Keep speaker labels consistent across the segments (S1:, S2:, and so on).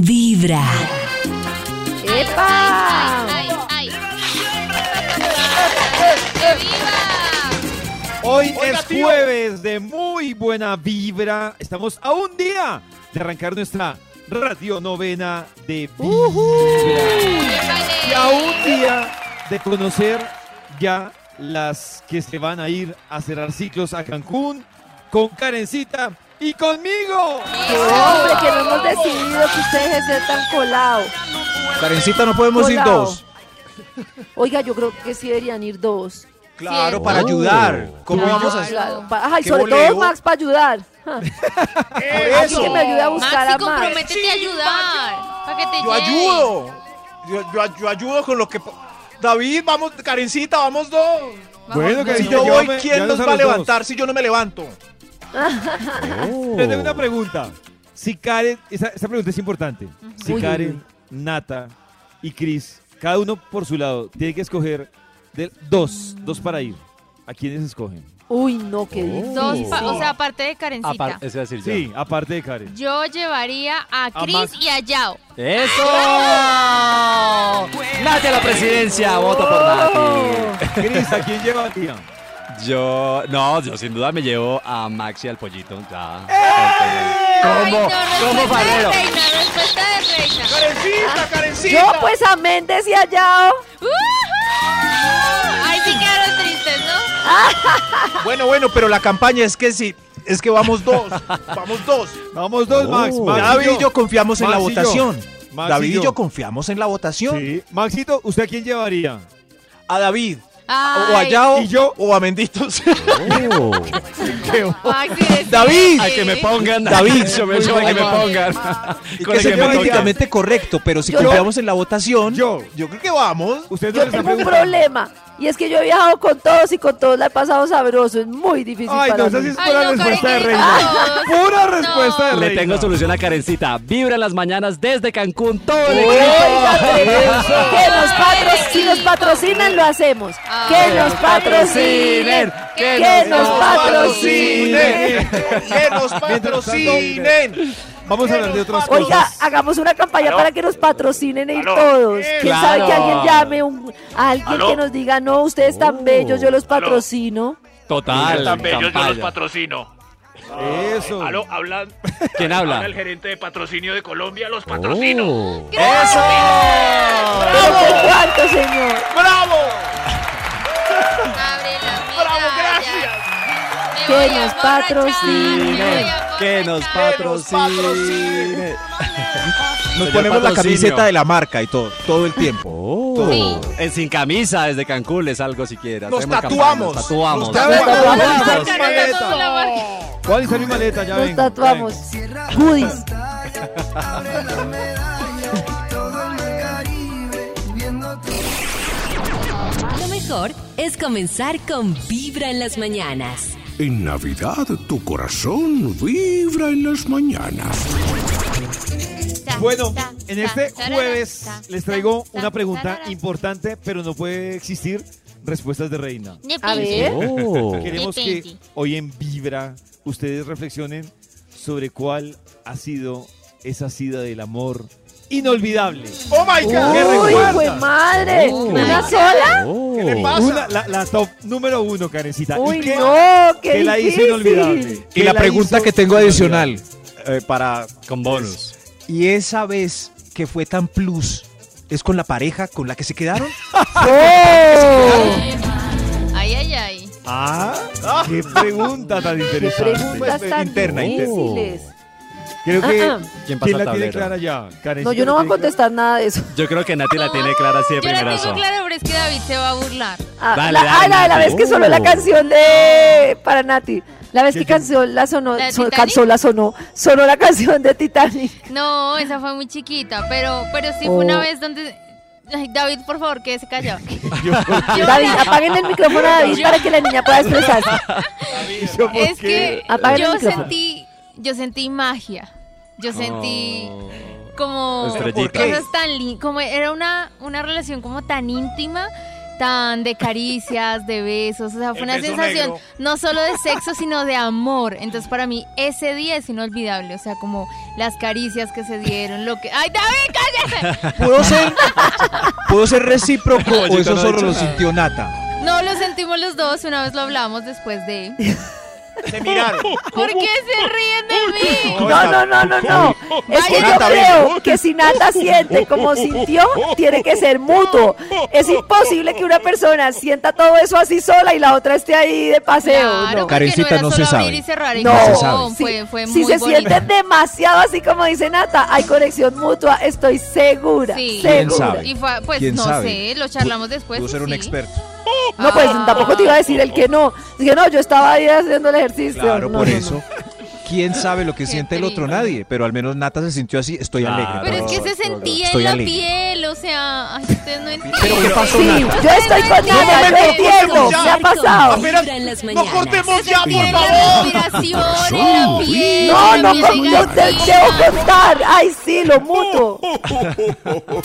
S1: Vibra.
S2: ¡Epa!
S3: ¡Ay, ay! ¡Que viva!
S4: Hoy
S5: Oiga,
S4: es
S5: tío.
S4: jueves de muy buena vibra. Estamos a un día de arrancar nuestra radionovena de vibra. Y a un día de conocer ya las que se van a ir a cerrar ciclos a Cancún con Karencita y conmigo.
S2: ¡Qué hombre, que no hemos decidido que usted deje de ser tan colado!
S5: Karencita, no podemos ir
S2: Colado.
S5: dos.
S2: Oiga, yo creo que sí deberían ir dos.
S5: Claro,
S3: Sí.
S5: para ayudar. ¿Cómo
S2: Claro,
S5: vamos a hacer?
S2: claro. Pa- Ay,
S5: ¿Qué
S2: sobre
S5: voleo?
S2: todo Max para ayudar. Ah, Así que me ayude a buscar
S3: Maxi,
S2: a Max.
S3: comprométete a ayudar. Para que te
S5: Yo
S3: lleven.
S5: ayudo. Yo, yo- yo ayudo con lo que. po- David, vamos, Karencita, vamos dos.
S3: Vamos,
S4: Bueno,
S3: vamos.
S4: Karencita,
S5: Si yo voy,
S4: llévame,
S5: ¿quién
S4: llévanos
S5: nos
S4: a
S5: va a
S4: los dos.
S5: levantar si yo no me levanto? Oh.
S4: Les tengo una pregunta. Si Karen, esa, esa pregunta es importante. Si
S2: Uy, uy,
S4: Karen, Nata y Chris, cada uno por su lado, tiene que escoger de- dos, dos para ir. ¿A quiénes escogen?
S2: Uy, no, qué difícil.
S3: Dos, pa- o sea, aparte de Karencita.
S6: Aparte, es decir, yo.
S4: Sí, aparte de Karen.
S3: Yo llevaría a Chris
S4: Max.
S3: y a Yao.
S6: ¡Eso! Nati a la presidencia, voto por Nati.
S4: Cris, ¿a quién lleva tía?
S6: Yo, no, yo sin duda me llevo a Maxi al pollito. Ya.
S7: ¡Eh!
S3: Ay,
S6: ¿Cómo? ¿Cómo,
S3: respuesta de
S6: Farrero?
S3: reina, respuesta de reina. Ah.
S2: Yo
S5: ¡Karencita, Karencita!
S2: pues a Méndez y a Yao.
S3: ¡Ujú! pues, Ahí sí quedaron tristes, ¿no?
S5: Bueno, bueno, pero la campaña es que sí. Es que vamos dos. Vamos dos.
S4: Vamos dos, Max. Max
S5: Oh. David y yo confiamos en la
S4: Max y yo.
S5: votación.
S4: Max
S5: David
S4: y
S5: y
S4: yo.
S5: yo confiamos en la votación.
S4: Sí. Maxito, ¿usted a quién llevaría?
S5: A David, o a
S3: Ay,
S5: Yao,
S4: Y yo.
S5: o a Menditos. Oh.
S3: Maxi, decide.
S5: David.
S6: Al que me pongan.
S5: David.
S6: yo me llevo al que me pongan.
S5: Y
S6: Con
S5: que
S6: el
S5: es
S6: que me pongan.
S5: políticamente correcto, pero si
S2: Yo-
S5: confiamos en la votación,
S4: Yo.
S5: yo creo que vamos.
S4: Usted no
S2: Yo
S4: les ha
S2: tengo un
S4: preguntado.
S2: problema. Y es que yo he viajado con todos y con todos la he pasado sabroso. Es muy difícil
S4: Ay,
S2: para
S4: no,
S2: mí.
S4: esa sí es
S3: Ay,
S4: pura
S3: no,
S4: respuesta de
S3: Karencita,
S4: reina.
S3: no.
S4: Pura respuesta de reina.
S6: Le tengo solución a Karencita. Vibra en las mañanas desde Cancún. Todo el equipo.
S2: Oiga, que nos patro- si nos patrocinan lo hacemos.
S3: Ah.
S2: Que nos patrocinen.
S3: que
S2: Que
S3: nos
S2: nos patrocinen.
S5: patrocinen! ¡Que nos patrocinen!
S4: Vamos a hablar de otras cosas.
S2: Oiga, hagamos una campaña para que nos patrocinen y todos. ¿Quién
S6: Claro.
S2: sabe que alguien llame un, a alguien
S8: Aló.
S2: que nos diga, no, ustedes tan bellos, yo los patrocino?
S6: Total.
S8: Tan bellos, yo los
S6: campaña.
S8: patrocino.
S4: Eso.
S8: Aló, hablan.
S6: ¿Quién habla?
S8: el gerente de patrocinio de Colombia, los patrocino.
S5: Oh.
S2: ¿Pero qué cuánto, señor?
S5: ¡Bravo!
S3: Abre la amiga,
S5: ¡Bravo!
S3: ya.
S5: ¡Gracias!
S3: Me
S2: Que
S3: voy a
S2: nos
S3: emborrachar,
S2: patrocinen,
S3: me voy a
S6: Que nos
S3: emborrachar.
S6: patrocine.
S5: Nos
S6: Señor
S5: ponemos la
S6: patrocinio.
S5: camiseta de la marca y todo, todo el tiempo.
S6: Oh.
S3: Sí.
S6: En sin camisa desde Cancún les salgo si quieres.
S5: Nos
S6: Hacemos campaña,
S5: tatuamos.
S6: nos tatuamos.
S5: Nos
S2: tatuamos.
S4: Vamos,
S3: Nos
S4: maleta.
S3: tatuamos la marca.
S4: ¿Cuál es mi maleta? Ya
S2: Nos
S4: vengo,
S2: tatuamos. Goodies.
S1: Lo mejor es comenzar con Vibra en las mañanas.
S9: En Navidad tu corazón vibra en las mañanas.
S3: Ta,
S4: Bueno,
S3: ta,
S4: en
S3: ta,
S4: este
S3: tarara,
S4: jueves
S3: ta,
S4: les
S3: ta,
S4: traigo
S3: ta,
S4: una pregunta
S3: tarara.
S4: importante, pero no puede existir respuestas de reina.
S2: A ver.
S6: Oh.
S4: Queremos que
S3: Depende.
S4: hoy en Vibra ustedes reflexionen sobre cuál ha sido esa sida del amor inolvidable.
S5: ¡Oh my
S4: ¿Qué
S2: Uy,
S4: recuerdas?
S2: güey, madre.
S6: Oh.
S2: ¿Una sola?
S6: Oh.
S5: ¿Qué le pasa?
S4: Una- la, la top número uno, Karencita. ¿Y
S2: Uy,
S4: qué-
S2: no, qué
S4: qué la hizo
S2: difícil.
S4: inolvidable?
S5: Y
S4: ¿Qué
S5: la pregunta
S4: hizo
S5: que tengo
S4: inolvidable?
S5: adicional eh, para.
S6: Con bonus.
S5: ¿Y esa vez que fue tan plus? ¿Es con la pareja con la que se quedaron?
S3: Ay, ay, ay.
S4: Ah, qué pregunta tan
S2: Qué
S4: interesante.
S2: preguntas tan
S5: Interna, interna.
S2: difíciles.
S4: Creo que
S2: Ah, ah.
S6: ¿Quién pasa
S4: ¿Quién
S6: al
S4: la
S6: tablero?
S4: tiene clara ya, Karencita?
S2: No, yo no voy a
S4: ¿Tiene clara?
S2: contestar nada de eso.
S6: Yo creo que Nati la tiene clara así de
S3: Yo la
S6: primerazo.
S3: tengo clara, pero es que David se va a burlar.
S2: Ah,
S6: Dale,
S2: la,
S6: dale,
S2: ah, la de la
S6: Nati.
S2: vez que sonó la
S6: Uh.
S2: canción de para Nati. La vez
S4: ¿Qué
S2: que
S4: can-
S2: canción la sonó,
S3: ¿La de
S2: son-
S3: Titanic?
S2: canción la sonó, sonó la canción de Titanic.
S3: No, esa fue muy chiquita, pero, pero sí fue
S2: Oh.
S3: una vez donde. Ay, David, por favor, quédese callado. Yo-
S2: David, apaguen el micrófono a David
S3: Yo-
S2: para que la niña pueda expresarse.
S4: Yo, ¿por
S3: es
S4: qué?
S3: que
S2: Apaga el
S3: yo
S2: micrófono.
S3: sentí, yo sentí magia. Yo sentí como
S6: Estrellitas.
S3: cosas tan lindas, como era una, una relación como tan íntima tan de caricias, de besos, o sea, fue
S5: El
S3: una
S5: beso
S3: sensación
S5: negro.
S3: no solo de sexo, sino de amor. Entonces para mí ese día es inolvidable, o sea, como las caricias que se dieron, lo que... ¡Ay, David, cállese!
S5: ¿Puedo ser, ¿puedo ser recíproco
S6: Como
S5: o
S6: yo
S5: eso
S6: no he
S5: solo
S6: hecho
S5: lo
S6: nada.
S5: sintió Nata?
S3: No, lo sentimos los dos, una vez lo hablamos después de...
S5: Se miraron.
S3: ¿Por qué se ríen de mí?
S2: No, no, no, no, no. Es que yo
S5: Nata, ven.
S2: creo que si Nata siente como sintió, tiene que ser mutuo. Es imposible que una persona sienta todo eso así sola y la otra esté ahí de paseo.
S3: Claro,
S2: no.
S3: porque
S5: Karencita,
S3: no, era
S5: no se
S3: solo
S5: sabe.
S3: abrir y cerrar el
S2: No,
S3: cajón,
S2: si,
S3: fue, fue
S2: si
S3: muy
S2: se
S3: bonito.
S2: sienten demasiado así como dice Nata, hay conexión mutua, estoy segura.
S3: Sí.
S2: segura.
S5: ¿Quién sabe?
S3: Y fue, pues
S5: ¿Quién
S3: no
S5: sabe?
S3: sé, lo charlamos después.
S5: Puedo ser un
S3: sí.
S5: experto.
S2: No, pues
S3: Ah.
S2: tampoco te iba a decir el que no. Dije, no, yo estaba ahí haciendo el
S3: Este
S2: ejercicio.
S5: Claro,
S2: No,
S5: por
S2: no, no.
S5: eso. ¿Quién sabe lo que siente el otro?
S3: triste.
S5: Nadie. Pero al menos Nata se sintió así. Estoy
S6: Claro.
S5: alegre.
S3: Pero es que se sentía en la piel, o sea, ay, ustedes no entienden.
S5: Pero ¿qué pasó,
S2: Sí,
S5: Nata?
S2: yo estoy
S3: No,
S2: con
S3: no,
S2: Nata,
S5: no,
S2: yo
S5: no,
S2: entiendo,
S5: no,
S2: me ha
S1: no,
S2: pasado.
S1: Vibra en las
S5: ¡No
S1: mañanas.
S5: cortemos ya, por
S3: Tiene la
S5: favor!
S3: respiración en la piel.
S2: Uh, No,
S3: la
S2: no,
S3: piel
S2: con- no te
S3: delgadita.
S2: debo contar. Ay, sí, lo mutuo.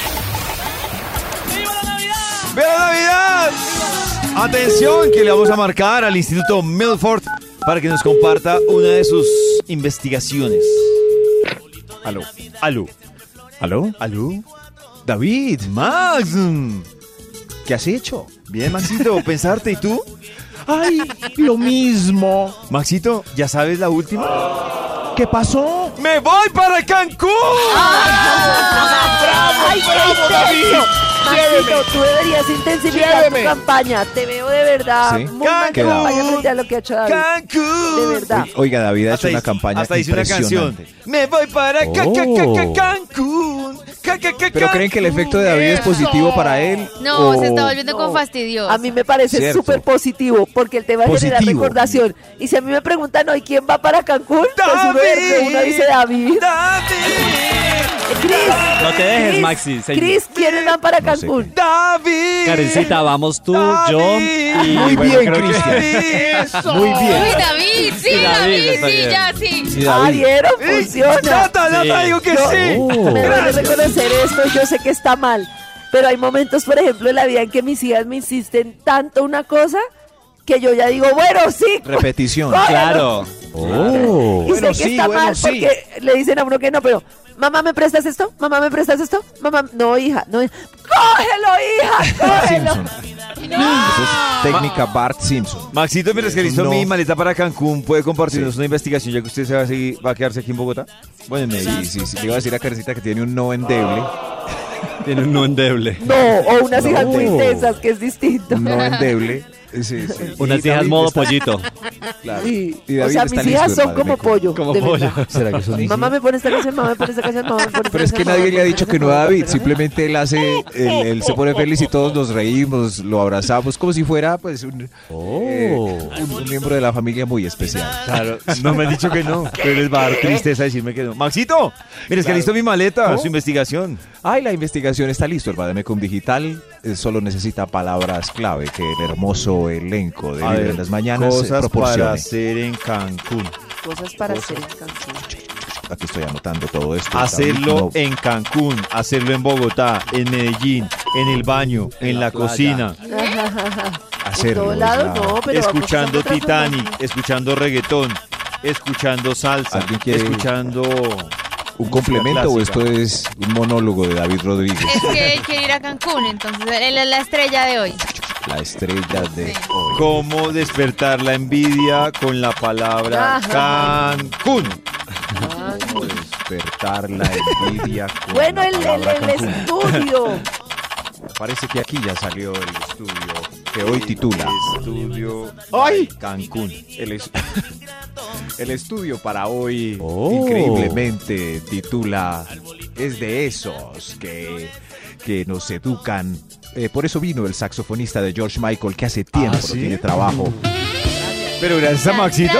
S4: ¡Viva Navidad! Atención, que le vamos a marcar al Instituto Milford para que nos comparta una de sus investigaciones. Aló. Aló.
S5: ¿Aló?
S4: Aló.
S5: David,
S4: Max.
S5: ¿qué has hecho?
S4: Bien, Maxito, pensarte. ¿Y tú?
S5: ¡Ay, lo mismo!
S4: Maxito, ¿ya sabes la última?
S5: ¿Qué pasó?
S4: ¡Me voy para Cancún!
S2: Ah, Ay, qué intenso. Maxito, tú deberías intensificar tu
S5: Lléveme.
S2: campaña. Te veo de verdad
S5: Sí.
S2: muy mal
S4: Cancún.
S2: campaña frente a lo que ha hecho David. De
S4: ¡Cancún!
S2: verdad.
S5: Oiga, David ha hecho una
S4: hice-
S5: campaña
S4: hasta hice una canción.
S5: impresionante.
S4: Me voy para ca- ca- ca- ca-
S5: Oh.
S4: Cancún. Ca- ca- ca-
S5: ¿Pero creen que el
S4: Cancún.
S5: efecto de David es positivo para él?
S3: No,
S5: o-
S3: se está volviendo
S2: No.
S3: con fastidioso.
S2: A mí me parece
S5: Cierto.
S2: súper positivo porque el tema va a generar
S5: Positivo.
S2: recordación. Y si a mí me preguntan hoy quién va para Cancún, pues uno, de-
S4: ¡David!
S2: uno dice David.
S4: David.
S2: Cris,
S6: No te dejes,
S2: Cris,
S6: Maxi, señor.
S2: Cris, ¿quiénes van para
S5: No sé
S2: Cancún?
S4: David.
S6: Karencita, vamos tú,
S4: David.
S6: yo y
S5: Muy
S6: bueno,
S5: bien,
S6: creo que-
S5: Cristian. Muy bien.
S3: Uy, David, sí,
S6: Sí, David,
S3: David,
S6: está
S3: sí,
S6: bien.
S3: ya, sí.
S5: Sí,
S2: Ah,
S5: David.
S2: ¿vieron? Funciona.
S4: Nata, Nata,
S6: Sí.
S4: digo que
S2: No.
S4: sí.
S5: Oh.
S2: Me duele reconocer esto, yo sé que está mal, pero hay momentos, por ejemplo, en la vida en que mis hijas me insisten tanto una cosa que yo ya digo, bueno, sí.
S5: Repetición.
S2: cógelo.
S6: Claro.
S5: Oh.
S2: Y
S5: Bueno,
S2: sé que
S5: sí,
S2: está
S5: bueno,
S2: mal
S5: sí.
S2: porque le dicen a uno que no, pero mamá, ¿me prestas esto? Mamá, ¿me prestas esto? Mamá, no, hija, no. hija. Cógelo, hija, cógelo.
S5: Simpson. Eso
S2: Ah.
S5: es técnica Bart Simpson. Eh,
S4: Maxito, mientras que listo
S5: No.
S4: mi maleta para Cancún, ¿puede compartirnos una investigación ya que usted se va a, seguir- va a quedarse aquí en Bogotá?
S5: Bueno, me sí, sí, sí. Le iba a decir a Karencita que tiene un no endeble.
S6: Tiene un no endeble.
S2: no, o unas hijas muy
S5: No.
S2: intensas, que es distinto.
S5: No endeble. Sí, sí.
S6: Unas
S5: Y
S6: hijas
S5: David
S6: modo
S5: está-
S6: pollito.
S5: claro.
S2: Sí.
S5: Y
S2: o
S5: David
S2: sea,
S5: está
S2: mis hijas
S5: listo,
S2: son
S5: hermano,
S2: como pollo.
S6: Como
S2: de
S6: pollo.
S2: verdad.
S5: ¿Será que son mis
S2: Mamá me pone esta canción, mamá me pone esta canción, mamá me pone esta
S5: Pero es que
S2: canción, mamá me
S5: nadie le ha
S2: pone
S5: dicho
S2: esta
S5: que no a
S2: canción, mamá
S5: David,
S2: me pone esta canción.
S5: simplemente él hace, él, él se pone feliz y todos nos reímos, lo abrazamos, como si fuera pues un, eh, un- un miembro de la familia muy especial.
S4: Claro, no me han dicho que no, pero les va a dar tristeza decirme que no. Maxito, mira, es que
S5: Claro.
S4: listo mi maleta,
S5: ¿No?
S4: su investigación.
S5: Ay, la investigación está listo, el Bademecum Digital eh, solo necesita palabras clave que el hermoso elenco de
S4: A
S5: Libre
S4: ver,
S5: en las Mañanas eh,
S4: cosas para
S5: proporcione.
S4: hacer en Cancún.
S2: Cosas para hacer en Cancún.
S5: Aquí estoy anotando todo esto.
S4: Hacerlo
S5: David, no.
S4: en Cancún, hacerlo en Bogotá, en Medellín, en el baño, en,
S6: En
S4: la,
S6: la
S4: cocina,
S6: playa.
S5: hacerlo,
S2: todo
S5: es
S2: lado,
S5: la-
S2: no, pero
S4: escuchando
S2: vamos a otra
S4: Titanic, escuchando reggaetón, escuchando salsa,
S5: ¿Alguien quiere-
S4: escuchando...
S5: ¿Un complemento o
S4: clásica.
S5: esto es un monólogo de David Rodríguez?
S3: Es que él quiere ir a Cancún, entonces él es la estrella de hoy.
S5: La estrella de hoy.
S4: Cómo despertar la envidia con la palabra Cancún.
S5: despertar la envidia. con
S2: Bueno,
S5: la
S2: el, el,
S5: palabra
S2: el
S5: Cancún.
S2: estudio.
S5: Parece que aquí ya salió el estudio que hoy titula
S4: Estudio
S5: ¡Ay!
S4: Cancún.
S5: El, es- el estudio para hoy
S6: Oh.
S5: increíblemente titula es de esos que, que nos educan. Eh, por eso vino el saxofonista de George Michael, que hace tiempo no
S6: ¿sí?
S5: tiene trabajo. Pero gracias a Maxito.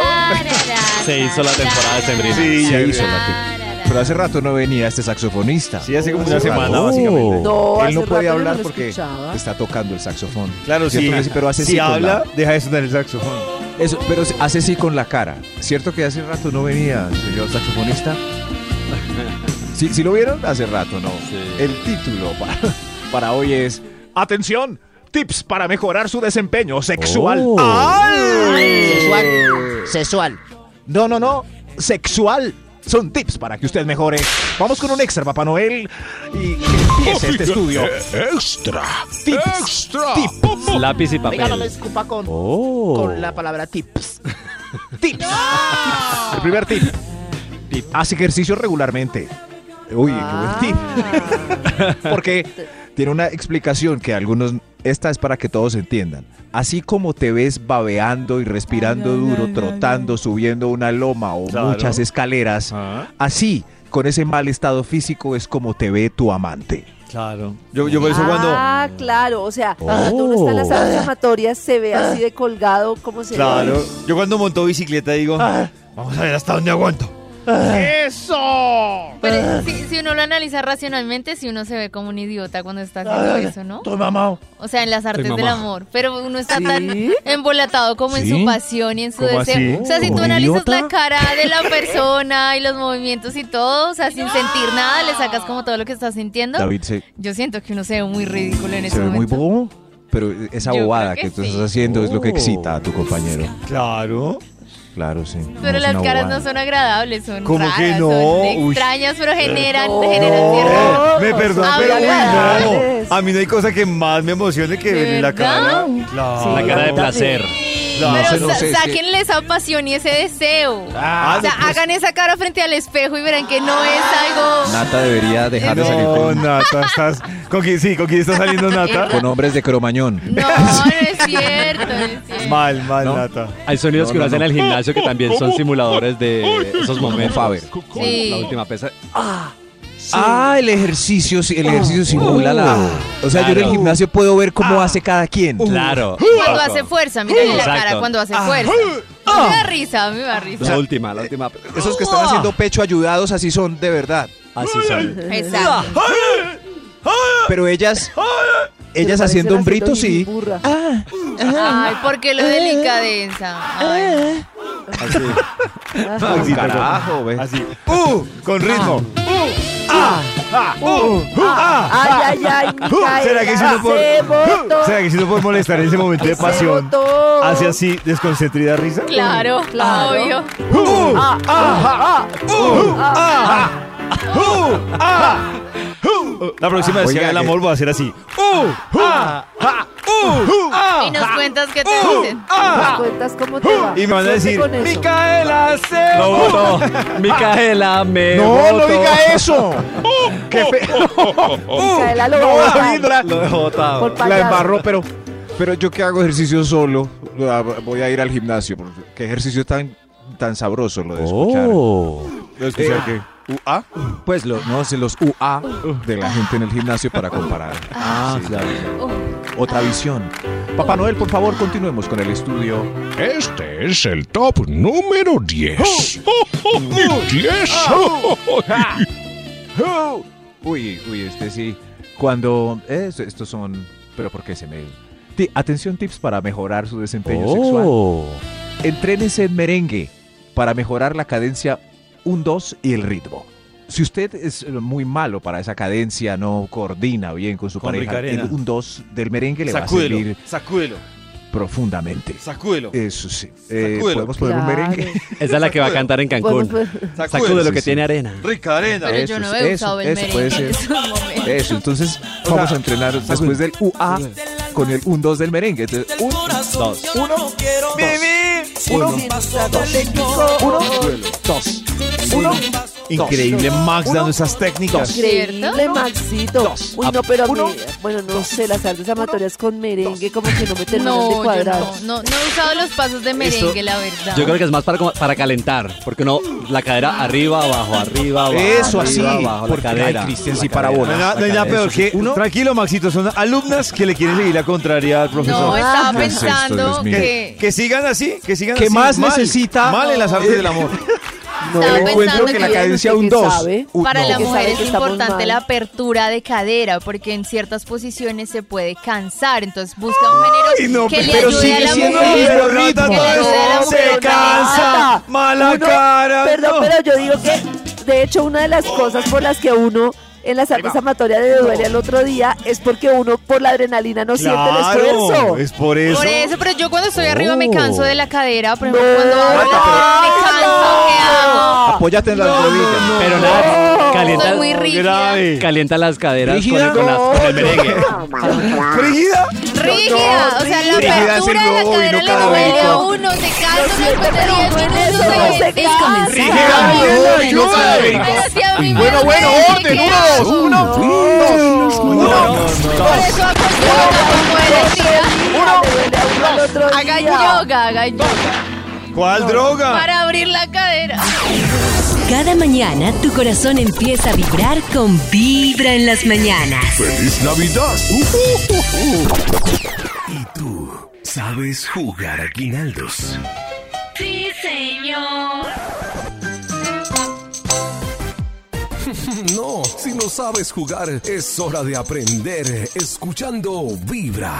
S6: Se hizo la temporada de Sembrina.
S5: Sí, ya
S6: Se
S5: hizo la Pero hace rato no venía este saxofonista.
S6: Sí, hace como
S5: Hace
S6: una
S5: rato.
S6: semana, básicamente.
S2: No,
S5: Él no
S2: hace
S5: puede
S2: rato yo
S5: hablar
S2: lo
S5: porque
S2: escuchaba.
S5: está tocando el saxofón.
S6: Claro,
S5: ¿Cierto
S6: sí.
S5: que Pero hace
S6: si
S5: sí con
S6: habla,
S5: la-
S6: deja de sonar el saxofón.
S5: Eso, pero hace sí con la cara. ¿Cierto que hace rato no venía, señor saxofonista? Si lo vieron? Hace rato, ¿no? El título para, para hoy es Atención, tips para mejorar su desempeño sexual.
S6: Oh.
S5: ¡Ay!
S10: Sexual. Sexual.
S5: Eh. No, no, no, sexual. Son tips para que usted mejore. Vamos con un extra, Papá Noel, y que empiece este estudio.
S9: Extra.
S5: Tips.
S9: Extra.
S5: Tips.
S6: Lápiz y
S10: Venga, no le
S6: papel.
S10: escupa con,
S6: Oh.
S10: con la palabra tips.
S5: Tips. El primer tip. Haz ejercicio regularmente. Uy, qué buen tip. Porque tiene una explicación que algunos. Esta es para que todos entiendan. Así como te ves babeando y respirando duro, trotando, subiendo una loma o
S6: Claro.
S5: muchas escaleras,
S4: Ah.
S6: Ajá.
S5: así, con ese mal estado físico, es como te ve tu amante.
S6: Claro.
S4: Yo, yo por eso cuando... Oh.
S2: Ah, claro, o sea, cuando uno está en las aguas amatorias se ve así de colgado, como se ve.
S4: Claro. Yo cuando monto bicicleta digo, vamos a ver hasta dónde aguanto.
S8: ¡Eso!
S3: Pero si, si uno lo analiza racionalmente, si uno se ve como un idiota cuando está haciendo eso, ¿no?
S5: Estoy mamado.
S3: O sea, en las artes del
S6: mamado.
S3: amor. Pero uno está tan embolatado como en su
S6: ¿Sí?
S3: pasión y en su
S6: ¿Cómo
S3: deseo.
S6: así?
S3: O sea, si
S6: ¿Como
S3: tú analizas
S6: idiota?
S3: la cara de la persona y los movimientos y todo, o sea, sin sentir nada, le sacas como todo lo que estás sintiendo.
S5: David se,
S3: Yo siento que uno se ve muy ridículo en
S5: se
S3: ese
S5: ve muy
S3: momento.
S5: bobo, pero esa
S3: Yo creo
S5: bobada
S3: que
S5: que, tú
S3: sí.
S5: estás haciendo es lo que
S6: Oh.
S5: excita a tu compañero.
S4: Claro.
S5: Claro, sí. No
S3: pero
S5: es
S3: las
S5: una
S3: caras
S5: bobada.
S3: no son agradables, son
S4: ¿Cómo
S3: raras,
S4: que no?
S3: son
S4: Uy.
S3: extrañas, pero generan,
S2: No.
S3: generan cierto-
S2: Oh,
S4: me perdón,
S3: son
S4: pero uy,
S2: agradables.
S4: no. A mí no hay cosa que más me emocione que
S3: ¿De
S4: ver la cara.
S3: verdad?
S4: Claro.
S6: La cara de placer.
S4: Claro.
S3: Pero
S5: no
S3: sa-
S5: sé, es que-
S3: sáquenle esa pasión y ese deseo.
S4: Ah,
S3: o sea,
S4: después-
S3: hagan esa cara frente al espejo y verán que no es algo.
S5: Nata debería dejar de salir
S4: No,
S5: con,
S4: Nata, estás. ¿Con quién, sí, ¿con quién está saliendo Nata?
S5: con hombres de cromañón.
S3: No, no es cierto, no es cierto.
S4: Mal, mal,
S6: No.
S4: Nata.
S6: Hay sonidos
S5: No,
S6: que uno
S5: no,
S6: hace
S5: no.
S6: en el gimnasio que también son simuladores de esos momentos.
S5: Faber.
S3: Sí.
S6: La última pesa.
S5: Ah, el ejercicio, sí, el
S4: Oh.
S5: ejercicio simula la. O sea, yo en el
S6: Claro.
S5: gimnasio puedo ver cómo hace cada quien.
S6: Claro.
S3: Ah. Cuando hace fuerza, mírale la
S6: Exacto.
S3: cara cuando hace fuerza. Me da risa, me da risa.
S6: La última, la última.
S5: Esos que están haciendo pecho ayudados así son de verdad.
S6: Así son.
S3: Exacto.
S5: Pero ellas,
S2: Se
S5: ellas
S2: parecen
S5: haciendo hombritos
S2: haciendo
S5: sí.
S2: giliburra.
S4: Ah.
S3: Ay, porque lo delicadeza. Ay.
S6: Así.
S4: Maxito,
S5: Carajo, ve.
S4: Así. Ah, ¡Uh! Con ritmo. Ah. ¡Uh! ¡Ah!
S2: Ay, ay, ay,
S4: ¡Uh!
S2: Micaela,
S4: ¿Será que si no por,
S2: se botó,
S4: Uh. ¿Será que si no por molestar en ese momento de
S2: se
S4: pasión?
S2: botó.
S4: ¿Hace así desconcentrida risa?
S3: Claro,
S2: Claro.
S3: obvio.
S4: ¡Uh! ¡Ah! ¡Ah! ¡Uh! ¡Ah! ¡Uh! ¡Ah! ¡Uh! La próxima vez que
S5: Oiga,
S4: haga el
S5: que-
S4: amor voy a hacer así. ¡Uh! ¡Ah! ¡Ah! ¡Uh! ¡Ah!
S3: Y nos cuentas qué te dicen.
S2: ¿Te cuentas cómo te va?
S4: Uh, Y me van a
S2: Suerte
S4: decir,
S2: con eso.
S4: ¡Micaela, se
S6: No voto. Micaela, me
S5: No, no
S6: voto.
S5: diga eso. Qué fe-
S2: Micaela lo
S5: Oh. No,
S2: va a
S5: David,
S2: matar.
S5: la-
S6: Lo dejó botado.
S2: Por
S5: La
S2: payaso.
S5: embarró, pero. Pero yo que hago ejercicio solo, ah, voy a ir al gimnasio. porque Qué ejercicio tan, tan sabroso lo de escuchar. Oh.
S4: ¿Lo escuché o
S5: Eh.
S4: qué?
S5: ¿UA? Pues los, no, sé, los UA de la gente en el gimnasio para comparar. Ah, claro. Otra visión. Papá Noel, por favor, continuemos con el estudio.
S9: Este es el top número 10.
S5: ¡Oh!
S9: 10.
S5: Uy, uy, este sí. Cuando... es- estos son... Pero ¿por qué se me... Ti- atención, tips para mejorar su desempeño sexual.
S4: Oh.
S5: Entrénese en merengue para mejorar la cadencia 1-2 y el ritmo. Si usted es eh, muy malo para esa cadencia, no coordina bien con su
S4: Con
S5: pareja,
S4: Ricarena.
S5: el 1-2 del merengue le va a
S4: Sacúdelo,
S5: servir
S4: sacúdelo,
S5: profundamente.
S4: sacúdelo,
S5: Eso sí. Eh,
S4: Sacúdelo.
S5: ¿Podemos poner un
S2: Claro.
S5: merengue?
S6: Esa es la que va a cantar en
S2: Bueno,
S6: Cancún.
S2: pues,
S6: Sacude lo que
S5: Sí,
S6: tiene arena.
S4: Rica arena.
S3: Pero yo
S5: Eso,
S3: no he
S5: eso,
S3: usado el
S5: eso puede
S3: merengue en
S5: ser.
S3: esos momentos.
S5: Eso, entonces vamos a entrenar después del UA con el 1-2 del merengue. Entonces, un,
S6: Dos.
S5: uno,
S2: técnico,
S5: uno, dos, uno,
S4: Increíble Max
S2: Uno,
S4: dando esas técnicas.
S2: Increíble,
S3: ¿Cierto?
S2: Maxito.
S5: Dos.
S2: Uy,
S5: A
S4: ah,
S2: no, pero a mí-
S5: uno,
S2: bueno, no sé, las artes amatorias con merengue como que no me terminan de
S3: No, yo
S2: cuadrar.
S3: no, no, no he usado los pasos de merengue,
S6: Esto-
S3: la verdad.
S6: Yo creo que es más para, como- para calentar, porque no, la cadera arriba, abajo, arriba, abajo.
S5: Eso
S6: arriba,
S5: así,
S6: Abajo, la
S5: porque, ay,
S6: cadera.
S5: Cristian,
S6: la
S5: sí, para
S6: cadera,
S4: No hay nada,
S6: la
S4: no hay nada
S6: cadera,
S4: peor
S6: eso sí.
S4: que.
S6: Uno,
S4: Tranquilo, Maxito, son alumnas que le quieren seguir la contraria al
S3: No,
S4: profesor. Ah,
S3: estaba
S5: ¿Qué Ah, es esto,
S3: pensando
S5: Dios mío?
S4: que,
S3: que...
S4: que sigan así, que sigan
S5: ¿Qué
S4: así.
S5: más
S4: mal,
S5: necesita?
S4: Mal en las artes del amor.
S2: No,
S3: Estaba pensando
S5: que la
S3: que-
S5: cadencia
S2: ¿Usted
S5: un
S2: qué
S5: 2.
S2: sabe?
S3: Para
S2: no.
S3: la
S2: Que
S3: mujer
S2: sabe
S3: es
S2: que estamos
S3: importante
S2: mal.
S3: la apertura de cadera, porque en ciertas posiciones se puede cansar. Entonces busca un género
S4: no,
S3: que le
S4: pero
S3: ayude a
S4: sigue
S3: la
S4: siendo
S3: mujer.
S4: el mismo ritmo.
S3: Que le ayude a la
S4: No,
S3: mujer.
S4: se cansa.
S2: Nada.
S4: Mala cara,
S2: Perdón,
S4: no.
S2: pero yo digo que, de hecho, una de las cosas por las que uno en las artes amatorias le duele al otro día es porque uno por la adrenalina no siente el esfuerzo.
S4: es por eso.
S3: Por eso, pero yo cuando estoy arriba me canso de la cadera. Por
S2: No,
S3: ejemplo, cuando bajo la cadera me canso, ¿qué hago?
S5: Apóyate en las rodillas.
S6: Pero nada,
S3: Soy
S6: calienta,
S3: muy rígida.
S6: calienta las caderas con,
S5: Rígida,
S6: con las- con el merengue.
S4: ¿Frígida?
S3: Rígida, o sea, la
S4: Rígida es el
S3: apertura de la cadera
S4: globo y no
S3: le duele a
S4: cadavérico.
S3: uno, se cansa
S2: siento,
S3: después de
S2: pero
S3: 10
S2: bueno,
S3: minutos.
S2: eso no
S3: se-
S2: se
S3: es
S7: Ah,
S2: cansa.
S3: comenzar.
S2: Rígida,
S4: Ay,
S3: Pero
S4: ayúdame.
S3: si a mí me
S4: Bueno, bueno,
S3: duele,
S4: orden,
S3: ¿qué
S4: uno,
S3: hago?
S4: dos, uno.
S2: No,
S4: No, no, no.
S3: Por eso acostumbro como electricidad.
S2: Uno, le duele a uno al otro
S3: Haga
S2: día.
S3: yoga, haga yoga.
S4: ¿Cuál droga?
S3: Para abrir la cadera.
S1: Cada mañana tu corazón empieza a vibrar con Vibra en las mañanas.
S9: ¡Feliz Navidad! ¿Y tú sabes jugar a guinaldos? Sí, señor. No, si no sabes jugar, es hora de aprender escuchando Vibra.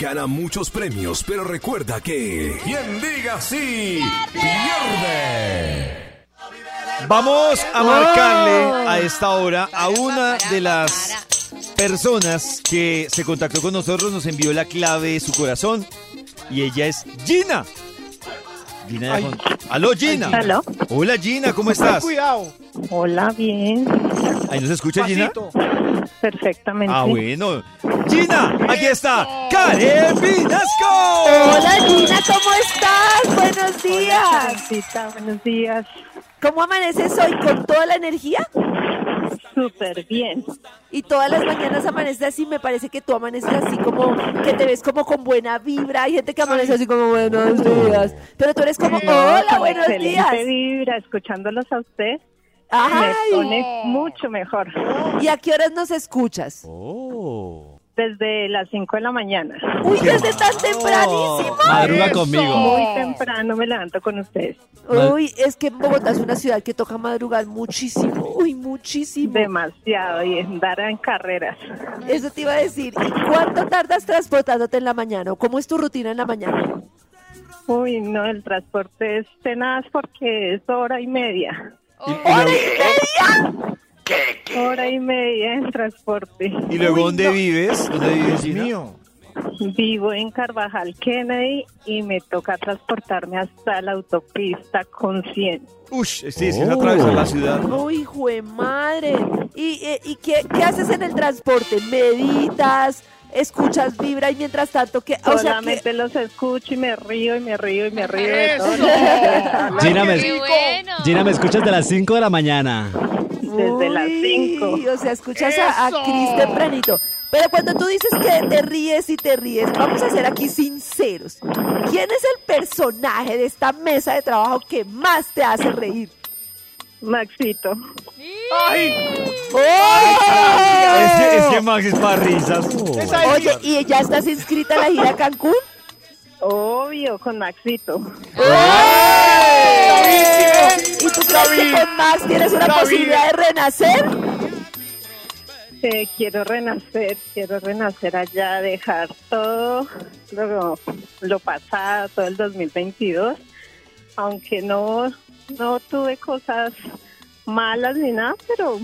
S9: Gana muchos premios, pero recuerda que quien diga sí, pierde.
S4: Vamos a marcarle a esta hora a una de las personas que se contactó con nosotros, nos envió la clave de su corazón y ella es Gina. Gina de Fon- Aló, Gina.
S11: Aló.
S4: Hola, Gina, ¿cómo estás?
S11: Cuidado. Hola, bien.
S4: ¿Ahí nos escucha Gina?
S11: Perfectamente.
S4: Ah, bueno. Gina, aquí está Karen Vinasco.
S2: Hola Gina, ¿cómo estás? Buenos días.
S11: Karencita, buenos días.
S2: ¿Cómo amaneces hoy? ¿Con toda la energía?
S11: Súper bien.
S2: Y todas las mañanas amaneces así, me parece que tú amaneces así como, que te ves como con buena vibra, hay gente que amanece así como buenos días, pero tú eres como, hola,
S11: Con
S2: buenos
S11: excelente
S2: días.
S11: vibra, escuchándolos a usted.
S2: Ay,
S11: Me pone mucho mejor.
S2: ¿y a qué horas nos escuchas?
S11: Desde las 5 de la mañana.
S2: Uy, desde tan tempranísimo.
S6: Madruga conmigo.
S11: Muy temprano me levanto con ustedes.
S6: Mal-
S2: Uy, es que Bogotá es una ciudad que toca madrugar muchísimo, uy, muchísimo.
S11: Demasiado. Y andar en carreras.
S2: Eso te iba a decir. ¿Y cuánto tardas transportándote en la mañana? ¿O ¿Cómo es tu rutina en la mañana?
S11: Uy, no, el transporte es tenaz porque es hora y media. Hora y media en transporte.
S4: ¿Y luego dónde vives? ¿Dónde vives, Gina?
S11: Vivo en Carvajal Kennedy y me toca transportarme hasta la autopista con 100.
S4: Ush, sí, sí, es atravesar la ciudad.
S2: No, hijo de madre. ¿Y, eh, y qué, qué haces en el transporte? ¿Meditas? ¿Escuchas vibra? Y mientras tanto, ¿qué? O sea,
S11: Solamente
S2: que-
S11: los escucho y me río y me río y me río de todo.
S6: Gina, me,
S3: Qué bueno.
S6: Gina, me escuchas de las 5 de la mañana.
S11: Desde las
S2: Uy,
S11: 5.
S2: O sea, escuchas a, a Cris tempranito. Pero cuando tú dices que te ríes y te ríes, vamos a ser aquí sinceros. ¿Quién es el personaje de esta mesa de trabajo que más te hace reír?
S11: Maxito.
S4: Es que, es que Max es para risas.
S2: Oye, ¿y ya estás inscrita a la gira Cancún?
S11: Obvio, con Maxito.
S2: ¿Y tú crees que con Max tienes una posibilidad de renacer?
S11: Eh, quiero renacer, quiero renacer allá, dejar todo lo, lo pasado, todo el 2022. Aunque no, no tuve cosas malas ni nada, pero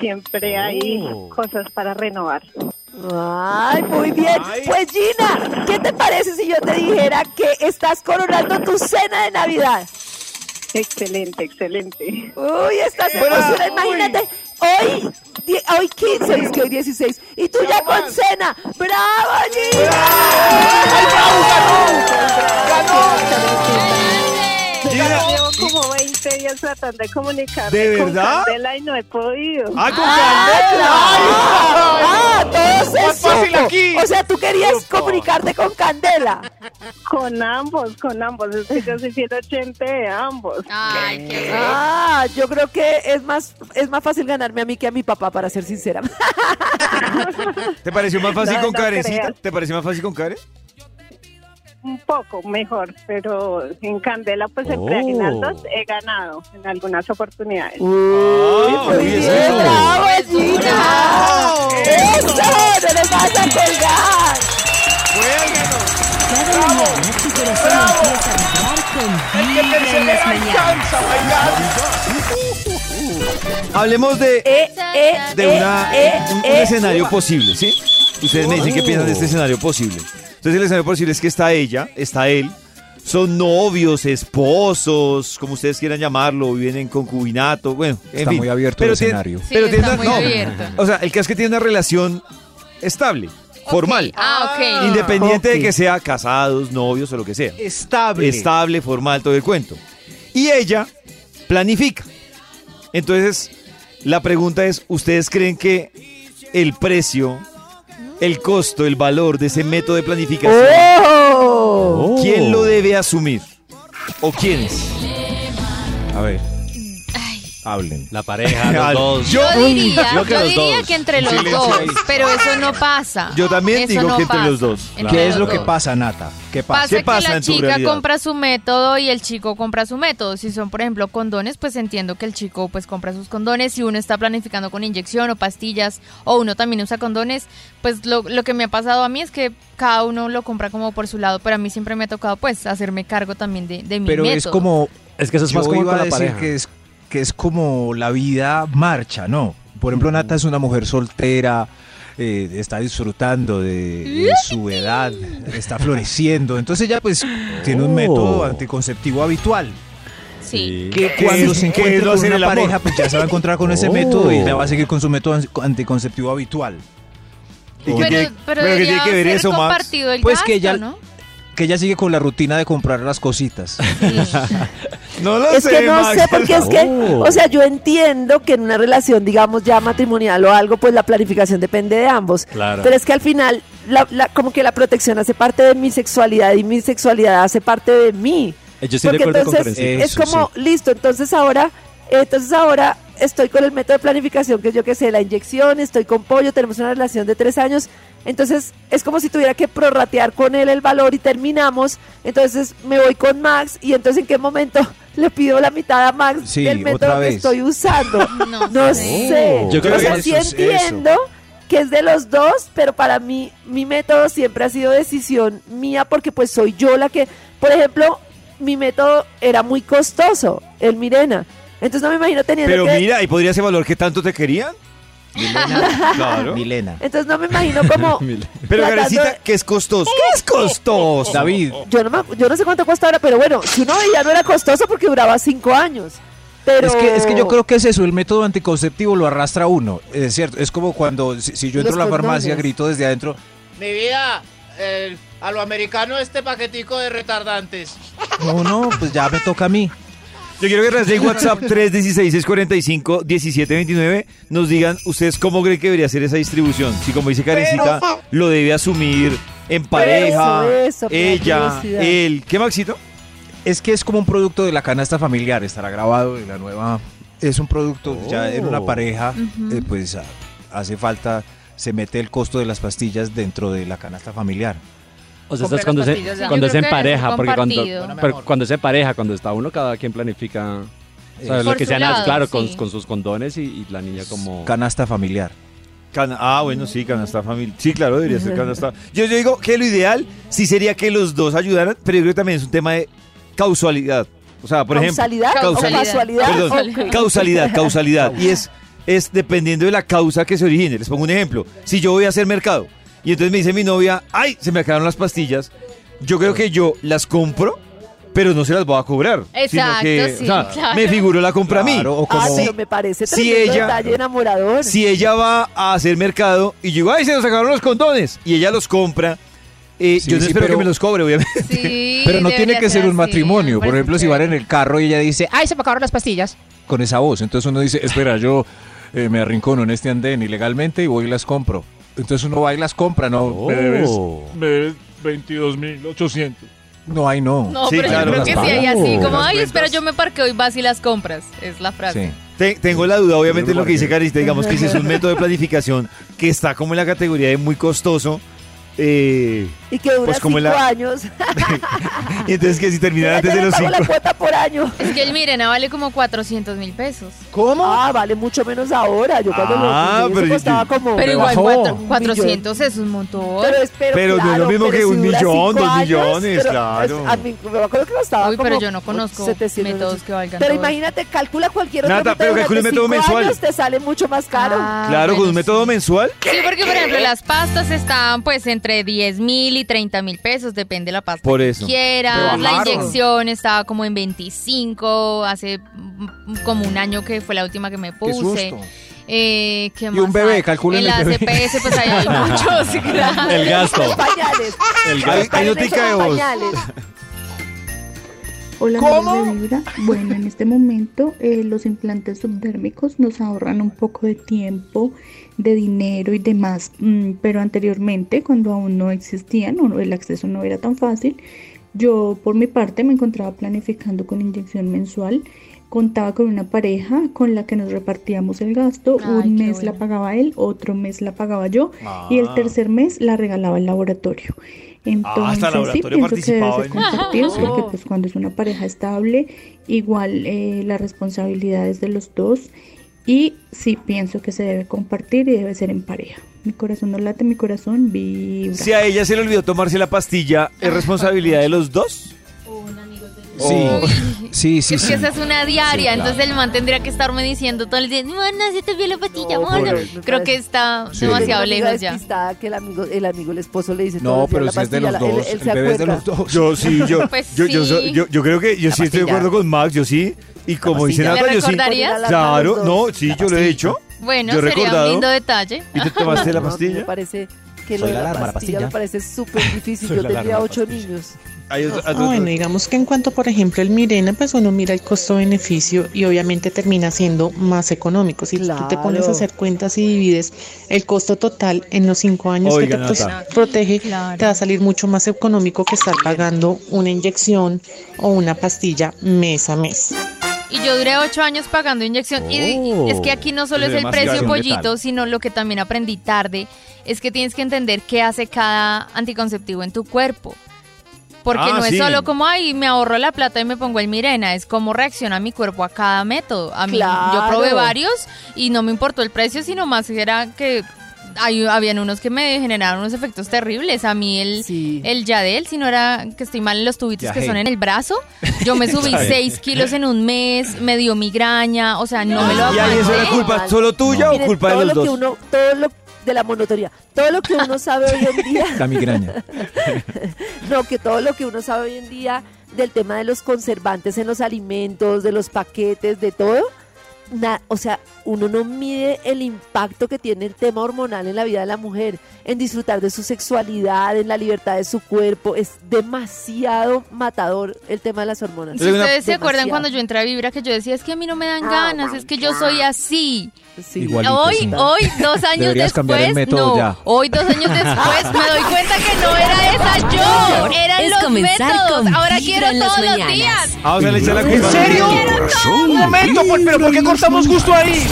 S11: siempre hay cosas para renovar.
S2: Ay, muy bien. Pues Gina, ¿qué te parece si yo te dijera que estás coronando tu cena de Navidad?
S11: Excelente, excelente.
S2: Uy, estás emocionada, imagínate. Hoy, di- hoy 15, es que hoy 16. Y tú ya con cena. ¡Bravo, Gina!
S4: Gina,
S11: Llevo como 20 siete días tratando de comunicarme
S4: ¿De
S11: con
S4: verdad?
S11: Candela y no he podido.
S4: ¡Ah, con
S2: ¡Ah, todo se
S4: Más fácil
S2: supo.
S4: aquí.
S2: O sea, tú querías comunicarte con Candela.
S11: Con ambos, con ambos. Es que yo soy 180 de ambos.
S3: Ay, qué feo.
S2: Ah, yo creo que es más, es más fácil ganarme a mí que a mi papá, para ser sincera.
S4: ¿Te pareció más fácil
S11: No,
S4: con
S11: no
S4: Karencita?
S11: creas.
S4: ¿Te pareció más fácil con Karen?
S11: Un poco mejor, pero en Candela, pues en
S6: Oh.
S11: Platinaldos he ganado en algunas oportunidades.
S4: Ah,
S2: Muy
S4: oye,
S2: bien,
S4: eso.
S2: bravo, Gina. ¡Eso! ¡No le vas a colgar!
S1: Cada mañana tu corazón empieza a vibrar con vibra en las mañanas.
S4: Hablemos de,
S2: Eh, eh,
S4: de
S2: eh,
S4: una-
S2: eh,
S4: un, un
S2: eh.
S4: escenario posible, ¿sí? Ustedes me dicen qué piensan de este escenario posible. Entonces, el escenario posible es que está ella, está él. Son novios, esposos, como ustedes quieran llamarlo, viven en concubinato, bueno, en
S5: Está
S4: fin.
S5: muy abierto el
S4: tiene-
S5: escenario.
S3: Sí,
S7: eh,
S4: pero tiene
S3: está
S4: una-
S3: muy
S4: no,
S3: abierto.
S4: O sea, el caso es que tiene una relación estable, formal.
S3: Ah, ok.
S4: Independiente
S2: Ok.
S4: de que sea casados, novios o lo que sea.
S5: Estable.
S4: Estable, formal, todo el cuento. Y ella planifica. Entonces, la pregunta es, ¿ustedes creen que el precio, el costo, el valor de ese método de planificación,
S7: eh,
S2: ¡Oh!
S4: quién lo debe asumir? ¿O quiénes?
S5: A ver,
S3: Ay,
S5: hablen.
S6: La pareja, los dos.
S4: Yo,
S3: yo diría,
S6: Creo
S3: yo
S6: que los
S3: diría
S6: dos.
S3: que entre los
S6: Silencio
S3: dos,
S6: ahí.
S3: pero eso no pasa.
S4: Yo también
S3: Eso
S4: digo
S3: no
S4: que entre
S3: pasa.
S4: los dos.
S3: Entre
S5: ¿Qué es
S3: los
S5: lo que
S3: dos.
S5: pasa, Nata?
S7: eh,
S5: ¿Qué
S3: Pasa,
S5: pasa?
S4: ¿Qué pasa
S3: que la
S4: en tu
S3: chica
S4: realidad?
S3: compra su método y el chico compra su método. Si son, por ejemplo, condones, pues entiendo que el chico pues compra sus condones. Si uno está planificando con inyección o pastillas o uno también usa condones, pues lo, lo que me ha pasado a mí es que cada uno lo compra como por su lado, pero a mí siempre me ha tocado pues hacerme cargo también de, de mi
S5: Pero es
S3: método.
S5: como
S6: Es que eso es más
S5: Yo
S6: como
S5: iba
S6: con la
S5: a decir
S6: pareja.
S5: que es que es como la vida marcha, ¿no? Por ejemplo,
S4: Mm.
S5: Nata es una mujer soltera, eh, está disfrutando de, de su edad, está floreciendo. Entonces ella pues tiene
S4: Oh.
S5: un método anticonceptivo habitual.
S3: Sí.
S5: Que
S4: Que
S5: cuando
S4: es-
S5: se
S4: que
S5: encuentre
S4: es no
S5: con
S4: hacer
S5: una
S4: el amor.
S5: pareja, pues ya se va a encontrar con ese
S6: Oh.
S5: método y ella va a seguir con su método an- anticonceptivo habitual.
S4: ¿Y qué
S3: Pero,
S4: tiene-
S3: pero
S4: pero qué
S3: debería
S4: tiene que ver
S3: ser
S4: eso, Max?
S3: compartido el
S5: Pues
S3: gasto,
S5: que ya-
S3: ¿no?
S5: Que ella sigue con la rutina de comprar las cositas.
S3: Sí.
S4: No lo
S2: Es
S4: sé,
S2: que no
S4: Max,
S2: sé, porque es que,
S6: favor.
S2: o sea, yo entiendo que en una relación, digamos, ya matrimonial o algo, pues la planificación depende de ambos.
S6: Claro.
S2: Pero es que al final, la- la- como que la protección hace parte de mi sexualidad y mi sexualidad hace parte de mí.
S6: Eh, Yo estoy de
S2: porque
S6: acuerdo con
S2: entonces
S6: Karencita.
S2: es
S5: Eso,
S2: como, listo, entonces ahora, entonces ahora estoy con el método de planificación, que es, yo que sé, la inyección, estoy con pollo, tenemos una relación de tres años. Entonces es como si tuviera que prorratear con él el valor y terminamos. Entonces me voy con Max y entonces en qué momento le pido la mitad a Max
S5: Sí,
S2: del método
S5: otra
S2: que
S5: vez.
S2: estoy usando.
S3: No,
S2: No
S3: sé.
S2: sé.
S6: Yo creo
S2: o sea,
S6: que
S2: sí
S5: eso es
S2: entiendo que es de los dos, pero para mí, mi método siempre ha sido decisión mía porque pues soy yo la que, por ejemplo, mi método era muy costoso, el Mirena. Entonces no me imagino teniendo
S4: Pero
S2: que...
S4: mira, ¿y podría ese valor que tanto te querían? Claro.
S5: Milena.
S2: Entonces no me imagino como...
S4: Pero
S2: tratando
S4: Karencita,
S2: de-
S4: que es costoso. ¿Qué es costoso?
S5: David,
S2: yo, no me- yo no sé cuánto cuesta ahora, pero bueno, si uno veía no era costoso porque duraba cinco años. Pero...
S5: Es que, es que yo creo que es eso, el método anticonceptivo lo arrastra uno. Es cierto, es como cuando si, si yo entro
S2: Los
S5: a la farmacia,
S2: condones.
S5: grito desde adentro,
S10: Mi vida, el- a lo americano este paquetico de retardantes.
S5: no, no, pues ya me toca a mí.
S4: Yo quiero que tras de WhatsApp 316-645-1729 nos digan ustedes cómo creen que debería ser esa distribución. Si como dice Karencita, lo debe asumir en pareja,
S2: eso, me da
S4: ella,
S2: curiosidad.
S4: él. ¿Qué, Maxito?
S5: Es que es como un producto de la canasta familiar, estará grabado en la nueva... Es un producto ya en una pareja,
S3: Ujú.
S5: eh, pues a- hace falta, se mete el costo de las pastillas dentro de la canasta familiar.
S6: O
S10: Compré
S6: sea, esto es cuando,
S10: las
S6: se-
S10: pastillas ya.
S6: cuando
S3: Yo
S6: es
S3: creo
S6: en
S3: que
S6: pareja, porque cuando,
S3: compartido. Bueno,
S10: mi
S6: pero
S10: amor.
S6: cuando es en pareja, cuando está uno, cada quien planifica o sea,
S5: Eh,
S6: lo
S3: Por
S6: que
S3: su
S6: sean,
S3: lado,
S6: claro, con,
S3: sí.
S6: con sus condones y, y la niña como...
S5: Canasta familiar.
S4: Cana- ah, bueno, sí, Canasta Familia. Sí, claro, debería ser Canasta. Yo, yo digo que lo ideal sí sería que los dos ayudaran, pero yo creo que también es un tema de causalidad. O sea, por ejemplo,
S2: ¿Causalidad
S4: causalidad.
S2: o casualidad?
S4: Perdón,
S2: Ok.
S4: causalidad, causalidad. Y es, es dependiendo de la causa que se origine. Les pongo un ejemplo. Si yo voy a hacer mercado y entonces me dice mi novia, ay, se me acabaron las pastillas, yo creo que yo las compro, pero no se las voy a cobrar.
S3: Exacto,
S4: que,
S3: sí,
S4: o sea,
S3: claro.
S4: me figuró la compra a mí.
S5: Claro, o como-
S2: Ah, pero me parece
S4: si
S2: tremendo
S4: ella-
S2: detalle enamorador.
S4: Si ella va a hacer mercado y yo, ay, se nos acabaron los condones y ella los compra,
S6: Y
S5: Sí,
S6: yo no
S5: sí,
S6: espero
S5: pero-
S6: que me los cobre, obviamente.
S3: Sí,
S5: Pero no tiene
S3: debería
S5: que ser un
S3: así,
S5: matrimonio.
S3: me
S5: Por
S3: parece
S5: ejemplo, si van
S3: chévere.
S5: en el carro y ella dice, "Ah,
S12: Ay, se me acabaron las pastillas.
S5: con esa voz. Entonces uno dice, espera, yo eh, me arrincono en este andén ilegalmente y voy y las compro. Entonces uno va y las compra, ¿no?
S6: Oh.
S5: Me debes-
S13: Me debes 22.800.
S5: No, ay, no.
S3: No, pero yo creo que sí hay así, como, ay, espera, yo me parqueo y vas y las compras. Es la frase.
S4: Te- tengo la duda, obviamente, lo que dice Carita, digamos que ese es un método de planificación que está como en la categoría de muy costoso. eh,
S2: Y que dura
S4: Pues como
S2: cinco
S4: la-
S2: años.
S4: y entonces que si terminan antes de
S2: le
S4: los
S2: pago
S4: cinco.
S2: la cuota por año.
S3: Es que el Mirena vale como 400 mil pesos.
S2: ¿Cómo? Ah, vale mucho menos ahora. Yo cuando
S4: Ah,
S2: lo
S4: pero
S2: pero
S4: yo-
S2: costaba como.
S3: Pero igual cuatro-
S2: Un
S3: 400 es un montón.
S2: Pero es, pero,
S4: Pero no es lo
S2: claro,
S4: mismo
S2: pero
S4: que
S2: si
S4: un
S2: dura
S4: millón,
S2: cinco
S4: dos
S2: años,
S4: millones,
S2: pero,
S4: claro.
S2: pues, a mí me acuerdo que costaba
S3: Uy, pero
S2: como
S3: yo no conozco
S2: 700,
S3: métodos que valgan
S2: Pero
S3: todo.
S2: imagínate, calcula cualquier otro
S4: Nata,
S2: método
S4: pero
S2: durante
S4: calcule método
S2: cinco
S4: mensual.
S2: años, te sale mucho más caro.
S4: Claro, con un método mensual.
S3: Sí, porque por ejemplo las pastas están pues entre 10 mil y 30 mil pesos, depende la pasta
S4: Por
S3: que
S4: eso.
S3: quieras.
S4: Pero
S3: La
S4: bajaron.
S3: inyección estaba como en 25, hace mm, como un año que fue la última que me puse.
S5: susto.
S3: Eh, ¿qué
S5: Y un
S3: más
S5: bebé,
S3: hay?
S5: calculen
S3: En la
S5: el bebé.
S3: CPS pues ahí hay muchos, claro.
S6: El gasto.
S2: Pañales.
S6: El
S4: Hay,
S6: gasto.
S4: hay notica de voz.
S2: Pañales.
S4: Ah,
S14: Hola, ¿Cómo? Bueno, en este momento eh, los implantes subdérmicos nos ahorran un poco de tiempo, de dinero y demás, Mm, pero anteriormente, cuando aún no existían o el acceso no era tan fácil, yo por mi parte me encontraba planificando con inyección mensual. Contaba con una pareja con la que nos repartíamos el gasto. un mes la pagaba él, otro mes la pagaba yo y el
S15: Ah.
S14: tercer mes la regalaba el laboratorio.
S15: Ah,
S14: Entonces,
S15: hasta el
S14: sí,
S15: laboratorio
S14: pienso que debe ser
S15: participaba en-
S14: compartido
S15: Sí.
S14: porque pues cuando es una pareja estable, igual eh, la responsabilidad es de los dos y sí pienso que se debe compartir y debe ser en pareja. Mi corazón no late, mi corazón vibra.
S4: Si a ella se le olvidó tomarse la pastilla,
S3: Ah,
S4: ¿es responsabilidad de los dos?
S5: Sí, sí, sí.
S3: es
S5: sí.
S3: que esa es una diaria,
S5: Sí, claro.
S3: entonces el man tendría que estarme diciendo todo el día, no, no, se te vio la patilla,
S2: No,
S3: mona".
S2: pero me
S3: Creo
S2: parece-
S3: que está
S5: Sí.
S3: demasiado
S2: Tengo una amiga
S3: lejos ya.
S2: despistada que el amigo, el amigo, el esposo le dice todo
S5: No,
S2: el día
S5: pero
S2: la
S5: si es de
S2: pastilla,
S5: los
S2: la- él-
S5: dos.
S2: él
S5: El
S2: se
S5: bebé es de
S2: acuerda.
S5: los dos.
S4: Yo sí, yo,
S3: Pues
S4: yo, yo,
S3: sí.
S4: so- yo, yo creo que yo sí estoy de acuerdo con Max, yo sí. Y como dice
S3: pastilla.
S4: Nata,
S3: ¿Le
S4: yo sí.
S3: recordarías?
S4: Claro, no, sí, yo lo he hecho.
S3: Bueno,
S4: yo he
S3: sería
S4: recordado.
S3: un lindo detalle.
S4: ¿Y te tomaste
S2: No,
S4: la
S2: a mí
S4: pastilla?
S2: Me parece que lo
S4: Soy
S2: de
S4: la
S2: la
S4: alarma,
S2: pastilla
S4: la pastilla.
S2: me parece súper difícil.
S4: Soy
S2: Yo
S4: la
S2: tendría
S4: alarma, la
S2: ocho niños.
S4: Hay otro-
S2: Ah,
S4: otro-
S16: bueno, digamos que en cuanto, por ejemplo, el Mirena, pues uno mira el costo-beneficio y obviamente termina siendo más económico. Si tú te pones a
S17: Claro.
S16: hacer cuentas y divides el costo total en los cinco años
S17: Oiga,
S16: que te pro-
S17: Nata.
S16: protege, te va a salir mucho más económico que estar pagando una inyección o una pastilla mes a mes.
S3: Y yo duré ocho años pagando inyección. Y
S16: Oh.
S3: es que aquí no solo
S16: Es
S3: es el
S16: demasiado
S3: precio
S16: letal.
S3: pollito, sino lo que también aprendí tarde es que tienes que entender qué hace cada anticonceptivo en tu cuerpo. Porque
S18: Ah,
S3: no es
S18: sí.
S3: solo como, ay, me ahorro la plata y me pongo el Mirena, es cómo reacciona mi cuerpo a cada método. A mí, yo
S18: Claro.
S3: probé varios y no me importó el precio, sino más era que hay, habían unos que me generaron unos efectos terribles. A mí el, el Yadel, si no era que estoy mal en los tubitos que
S18: Yadel.
S3: son en el brazo, yo me subí
S4: Yadel.
S3: 6 kilos en un mes, me dio migraña, o sea, no, me lo
S4: ¿Y ahí es la
S3: aguanté.
S4: culpa solo tuya o
S2: Miren,
S4: culpa de
S2: todo
S4: los
S2: lo que
S4: dos?
S2: uno- todo lo de la monotonía. Todo lo que uno sabe hoy en día.
S5: La migraña.
S2: No, que todo lo que uno sabe hoy en día del tema de los conservantes en los alimentos, de los paquetes, de todo. na- o sea, uno no mide el impacto que tiene el tema hormonal en la vida de la mujer, en disfrutar de su sexualidad, en la libertad de su cuerpo. Es demasiado matador el tema de las hormonas.
S3: Si ustedes se acuerdan
S2: Demasiado.
S3: cuando yo entré a Vibra que yo decía, es que a mí no me dan ganas, es que yo soy así.
S5: Igualito,
S3: hoy,
S5: sí.
S3: hoy, dos años
S5: Deberías cambiar el
S3: después,
S5: método
S3: no,
S5: ya.
S3: hoy dos años después me doy cuenta que no era esa yo, eran
S1: Es
S3: los
S1: comenzar
S3: métodos,
S1: con
S3: ahora
S1: Vibra
S3: quiero
S1: en las
S3: todos los
S1: mañanas.
S3: días.
S4: Ah, o sea, le echa la
S13: ¿En
S4: culpa.
S13: serio? Un momento, ¿por- pero ¿por qué cortamos justo ahí?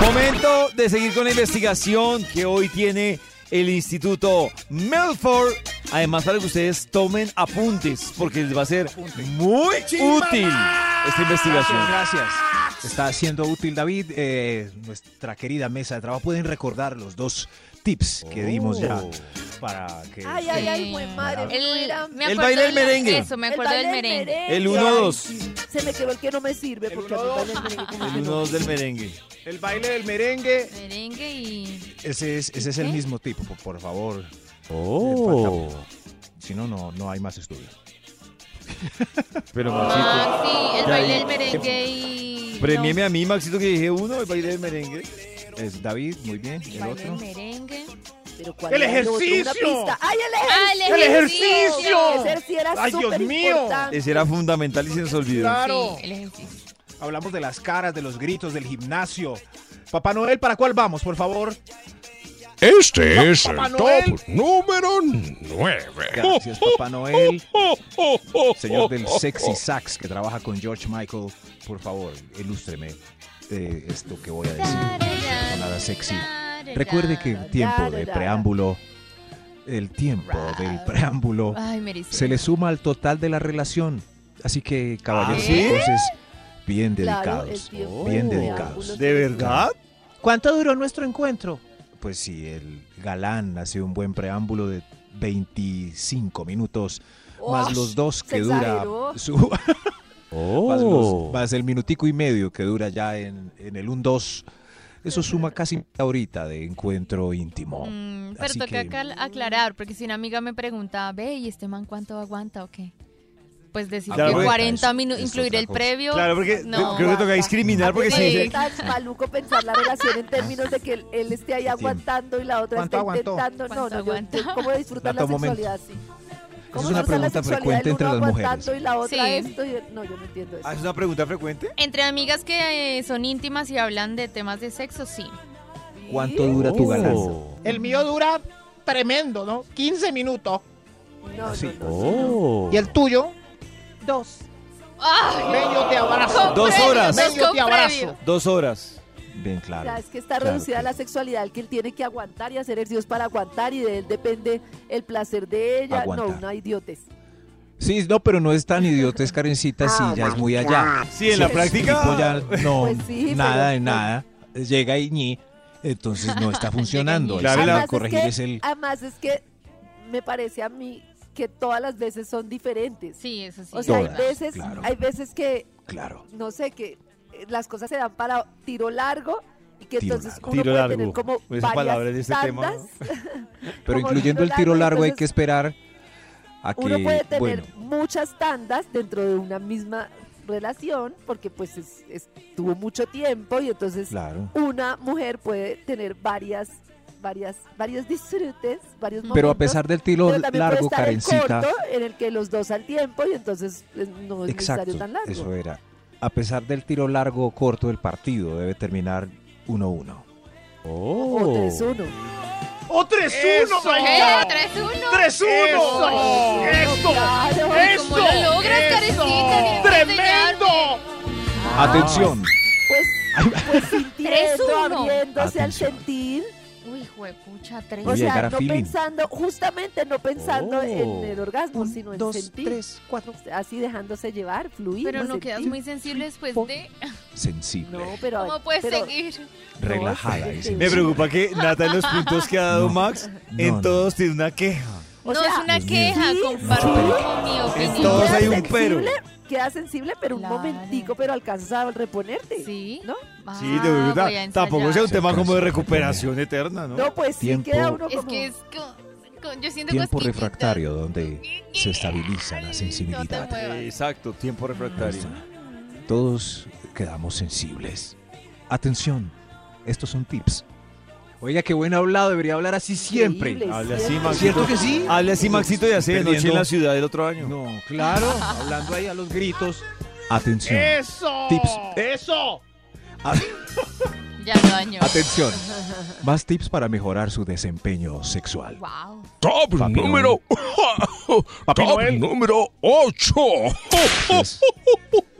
S4: Momento de seguir con la investigación que hoy tiene el Instituto Melford. Además, para que ustedes tomen apuntes, porque les va a ser muy útil esta investigación.
S5: Gracias. Está siendo útil, David. Eh, nuestra querida mesa de trabajo. Pueden recordar los dos tips que dimos ya
S6: Oh.
S5: para que.
S2: Ay, ay, ay, buen madre.
S3: El-
S2: ¿cómo era?
S3: me El acuerdo baile del del- merengue. eso, me
S2: El
S3: acuerdo
S2: baile
S3: del merengue.
S4: El uno,
S2: Ay,
S4: dos.
S2: sí, Se me quedó el que no me sirve porque a mí el baile del merengue como que
S4: El
S2: no.
S4: 1-2 del merengue.
S5: El baile del merengue.
S3: Merengue y...
S5: Ese es, ese es el mismo tipo, por, por favor. Eh,
S6: Oh.
S5: Si no, no, no hay más estudio.
S4: Pero
S3: Ah, sí, el
S4: Ya
S3: baile
S4: ahí.
S3: del merengue y...
S4: Premieme a mí, Maxito, que dije uno, el baile del merengue.
S5: Es David, muy bien.
S3: no, baile del merengue.
S2: Pero ¿cuál
S13: ¡El
S2: era el otro? Una
S13: ejercicio!
S2: pista. ¡Ay,
S13: ¡Ah,
S2: el
S13: el
S2: ejercicio!
S13: ejercicio!
S2: Ese sí era
S13: ¡Ay, Dios
S2: superimportante.
S12: Ese era fundamental y se nos olvidó.
S13: Claro.
S3: Sí, el ejercicio.
S13: Hablamos de las caras, de los gritos, del gimnasio. Papá Noel, ¿para cuál vamos, por favor?
S15: Este es
S13: Papá
S15: el
S13: Noel.
S15: top número 9.
S5: Gracias, Papá Noel.
S13: Oh,
S5: Señor del sexy sax que trabaja con George Michael, por favor, ilústreme de esto que voy a decir. No Nada sexy. Recuerde que el tiempo de preámbulo, el tiempo del preámbulo
S3: Ay, me ericé.
S5: se le suma al total de la relación. Así que, caballeros,
S3: ¿sí?
S5: entonces, bien
S3: Claro, el
S5: dedicados,
S3: tiempo
S5: bien
S3: del
S5: dedicados.
S12: ¿De verdad?
S5: ¿Cuánto duró nuestro encuentro? Pues sí, el galán hace un buen preámbulo de 25 minutos, más
S12: Ush,
S5: los dos que
S12: se
S5: dura
S12: exageró.
S5: su... más,
S12: Oh.
S5: los- más el minutico y medio que dura ya en, en el 1-2. Eso suma casi media horita de encuentro íntimo.
S3: Mm, pero
S5: Así
S3: toca
S5: que-
S3: cal- aclarar, porque si una amiga me pregunta, ve, ¿y este man cuánto aguanta o qué? Pues decir
S12: Claro,
S3: que
S12: porque-
S3: 40
S12: es
S3: minutos, incluir
S12: otra
S3: el
S12: cosa.
S3: previo.
S12: Claro, porque
S3: no.
S12: creo que toca discriminar porque si
S3: Sí.
S12: dice,
S2: tan maluco pensar la relación en términos de que él, él esté ahí aguantando y la otra esté
S5: ¿Cuánto aguantó?
S2: intentando. No, no, yo, yo cómo disfrutar
S5: Nata,
S2: la
S5: un momento.
S2: sexualidad así.
S5: es una
S2: disfrutar la
S5: pregunta
S2: sexualidad
S5: frecuente
S2: el
S5: entre
S2: uno
S5: las mujeres.
S2: aguantando y la otra
S3: Sí.
S2: esto y el- No, yo no entiendo eso.
S12: ¿Ah, ¿es una pregunta frecuente?
S3: Entre amigas que eh, son íntimas y hablan de temas de sexo, sí.
S5: ¿Cuánto dura tu galán?
S3: Oh,
S10: El mío dura tremendo, ¿no? 15 minutos.
S5: Así. Oh.
S10: ¿Y el tuyo? Dos. Ven, yo te abrazo.
S12: Dos horas.
S10: Ven, yo te abrazo.
S12: Dos horas.
S5: Bien
S2: O
S5: claro.
S2: sea, es que está
S12: Claro
S2: reducida la sexualidad que él tiene que aguantar y hacer ejercicios para aguantar y de él depende el placer de ella. No,
S5: Aguantar.
S2: una idiotez.
S5: Sí, no, pero no es tan idiota, es Karencita, sí, ya es muy allá.
S12: Sí, en la
S5: el
S12: práctica-
S5: tipo ya no,
S2: Pues sí,
S5: nada
S2: pero-
S5: de nada, llega y ñi, entonces no está funcionando.
S12: Claro,
S5: Así
S12: la-
S5: que corregir
S2: es que,
S5: es el...
S2: además es que me parece a mí que todas las veces son diferentes.
S3: Sí, eso sí.
S2: O sea,
S5: Todas,
S2: hay veces,
S5: claro.
S2: hay veces que,
S5: Claro.
S2: no sé, que eh, las cosas se dan para tiro largo y que
S5: Tiro
S2: entonces
S5: largo.
S2: uno
S5: Tiro
S2: puede
S5: largo.
S2: tener como
S5: Esa
S2: varias
S5: palabra en este tema,
S2: tandas. como
S5: Pero incluyendo el tiro largo hay que esperar a que...
S2: uno puede tener
S5: bueno,
S2: muchas tandas dentro de una misma relación porque pues es- estuvo mucho tiempo y entonces
S5: Claro.
S2: una mujer puede tener varias varias varios disfrutes varios
S5: Pero a
S2: momentos,
S5: pesar del tiro
S2: pero también puede
S5: largo,
S2: estar el
S5: Karencita-
S2: corto en el que los dos al tiempo y entonces eh, no es
S5: exacto,
S2: necesario tan largo
S5: eso era. A pesar del tiro largo o corto del partido, debe terminar 1-1.
S2: o 3-1
S13: ¡Oh, 3-1!
S2: Eso.
S13: marica!
S2: Eso.
S13: 3-1! ¡Eso!
S2: Claro.
S13: ¡Eso!
S2: ¿Cómo lo logras,
S13: ¡Eso!
S2: Karencita? Tienes que
S13: ¡Tremendo!
S5: Atención,
S2: pues pues sintiendo
S3: 3-1.
S2: abriéndose al
S5: Atención.
S2: sentir
S3: Uy, juepucha, tres.
S2: O sea,
S5: llegar a
S2: no
S5: feeling. Oh.
S2: pensando, justamente no pensando en el orgasmo, sino en
S5: dos,
S2: sentir. Así dejándose llevar, fluir.
S3: Pero no
S2: sentir.
S3: quedas muy sensible después de...
S5: sensible,
S2: No, pero.
S3: ¿Cómo puedes
S2: pero-
S3: seguir?
S5: relajada y
S12: Me
S5: sensible.
S12: preocupa que Nata en los puntos que ha dado Max, en
S5: no.
S12: todos tiene una queja.
S2: o
S3: no,
S2: sea,
S3: es una queja,
S2: sí,
S3: comparto
S12: sí.
S3: con mi opinión.
S12: Entonces
S2: quedas
S12: hay un pero.
S2: sensible, Quedas sensible, pero un momentico, pero alcanzas a reponerte.
S3: Sí. Ah,
S2: ¿No?
S12: Sí, de verdad.
S3: voy a ensayar.
S12: Tampoco sea un
S5: Se
S12: tema como de
S5: cansa,
S12: recuperación eterna, ¿no?
S2: No, pues
S5: Tiempo.
S2: sí, queda uno
S3: Es
S2: como.
S3: que es con, con- yo siento
S5: Tiempo
S3: cosquillitas.
S5: refractario donde se estabiliza la
S3: No
S5: sensibilidad.
S3: te muevas.
S12: Exacto, tiempo refractario.
S5: Todos quedamos sensibles. Atención, estos son tips. Oiga, qué buen hablado, debería hablar así siempre.
S2: Increíble,
S12: Hable así,
S5: ¿Cierto
S12: Maxito.
S5: que sí?
S12: Hable así, Maxito, y hace de noche en
S5: Perdiendo-
S12: la ciudad del otro año.
S5: No, claro, hablando ahí a los gritos. Atención.
S2: Eh,
S13: ¡Eso!
S5: Tips.
S13: ¡Eso!
S5: A-
S3: Ya lo daño.
S5: Atención. Más tips para mejorar su desempeño sexual.
S3: Wow.
S15: Top
S5: Papi
S15: número.
S5: Papi
S15: top
S5: Noel.
S15: número 8.
S5: Gracias,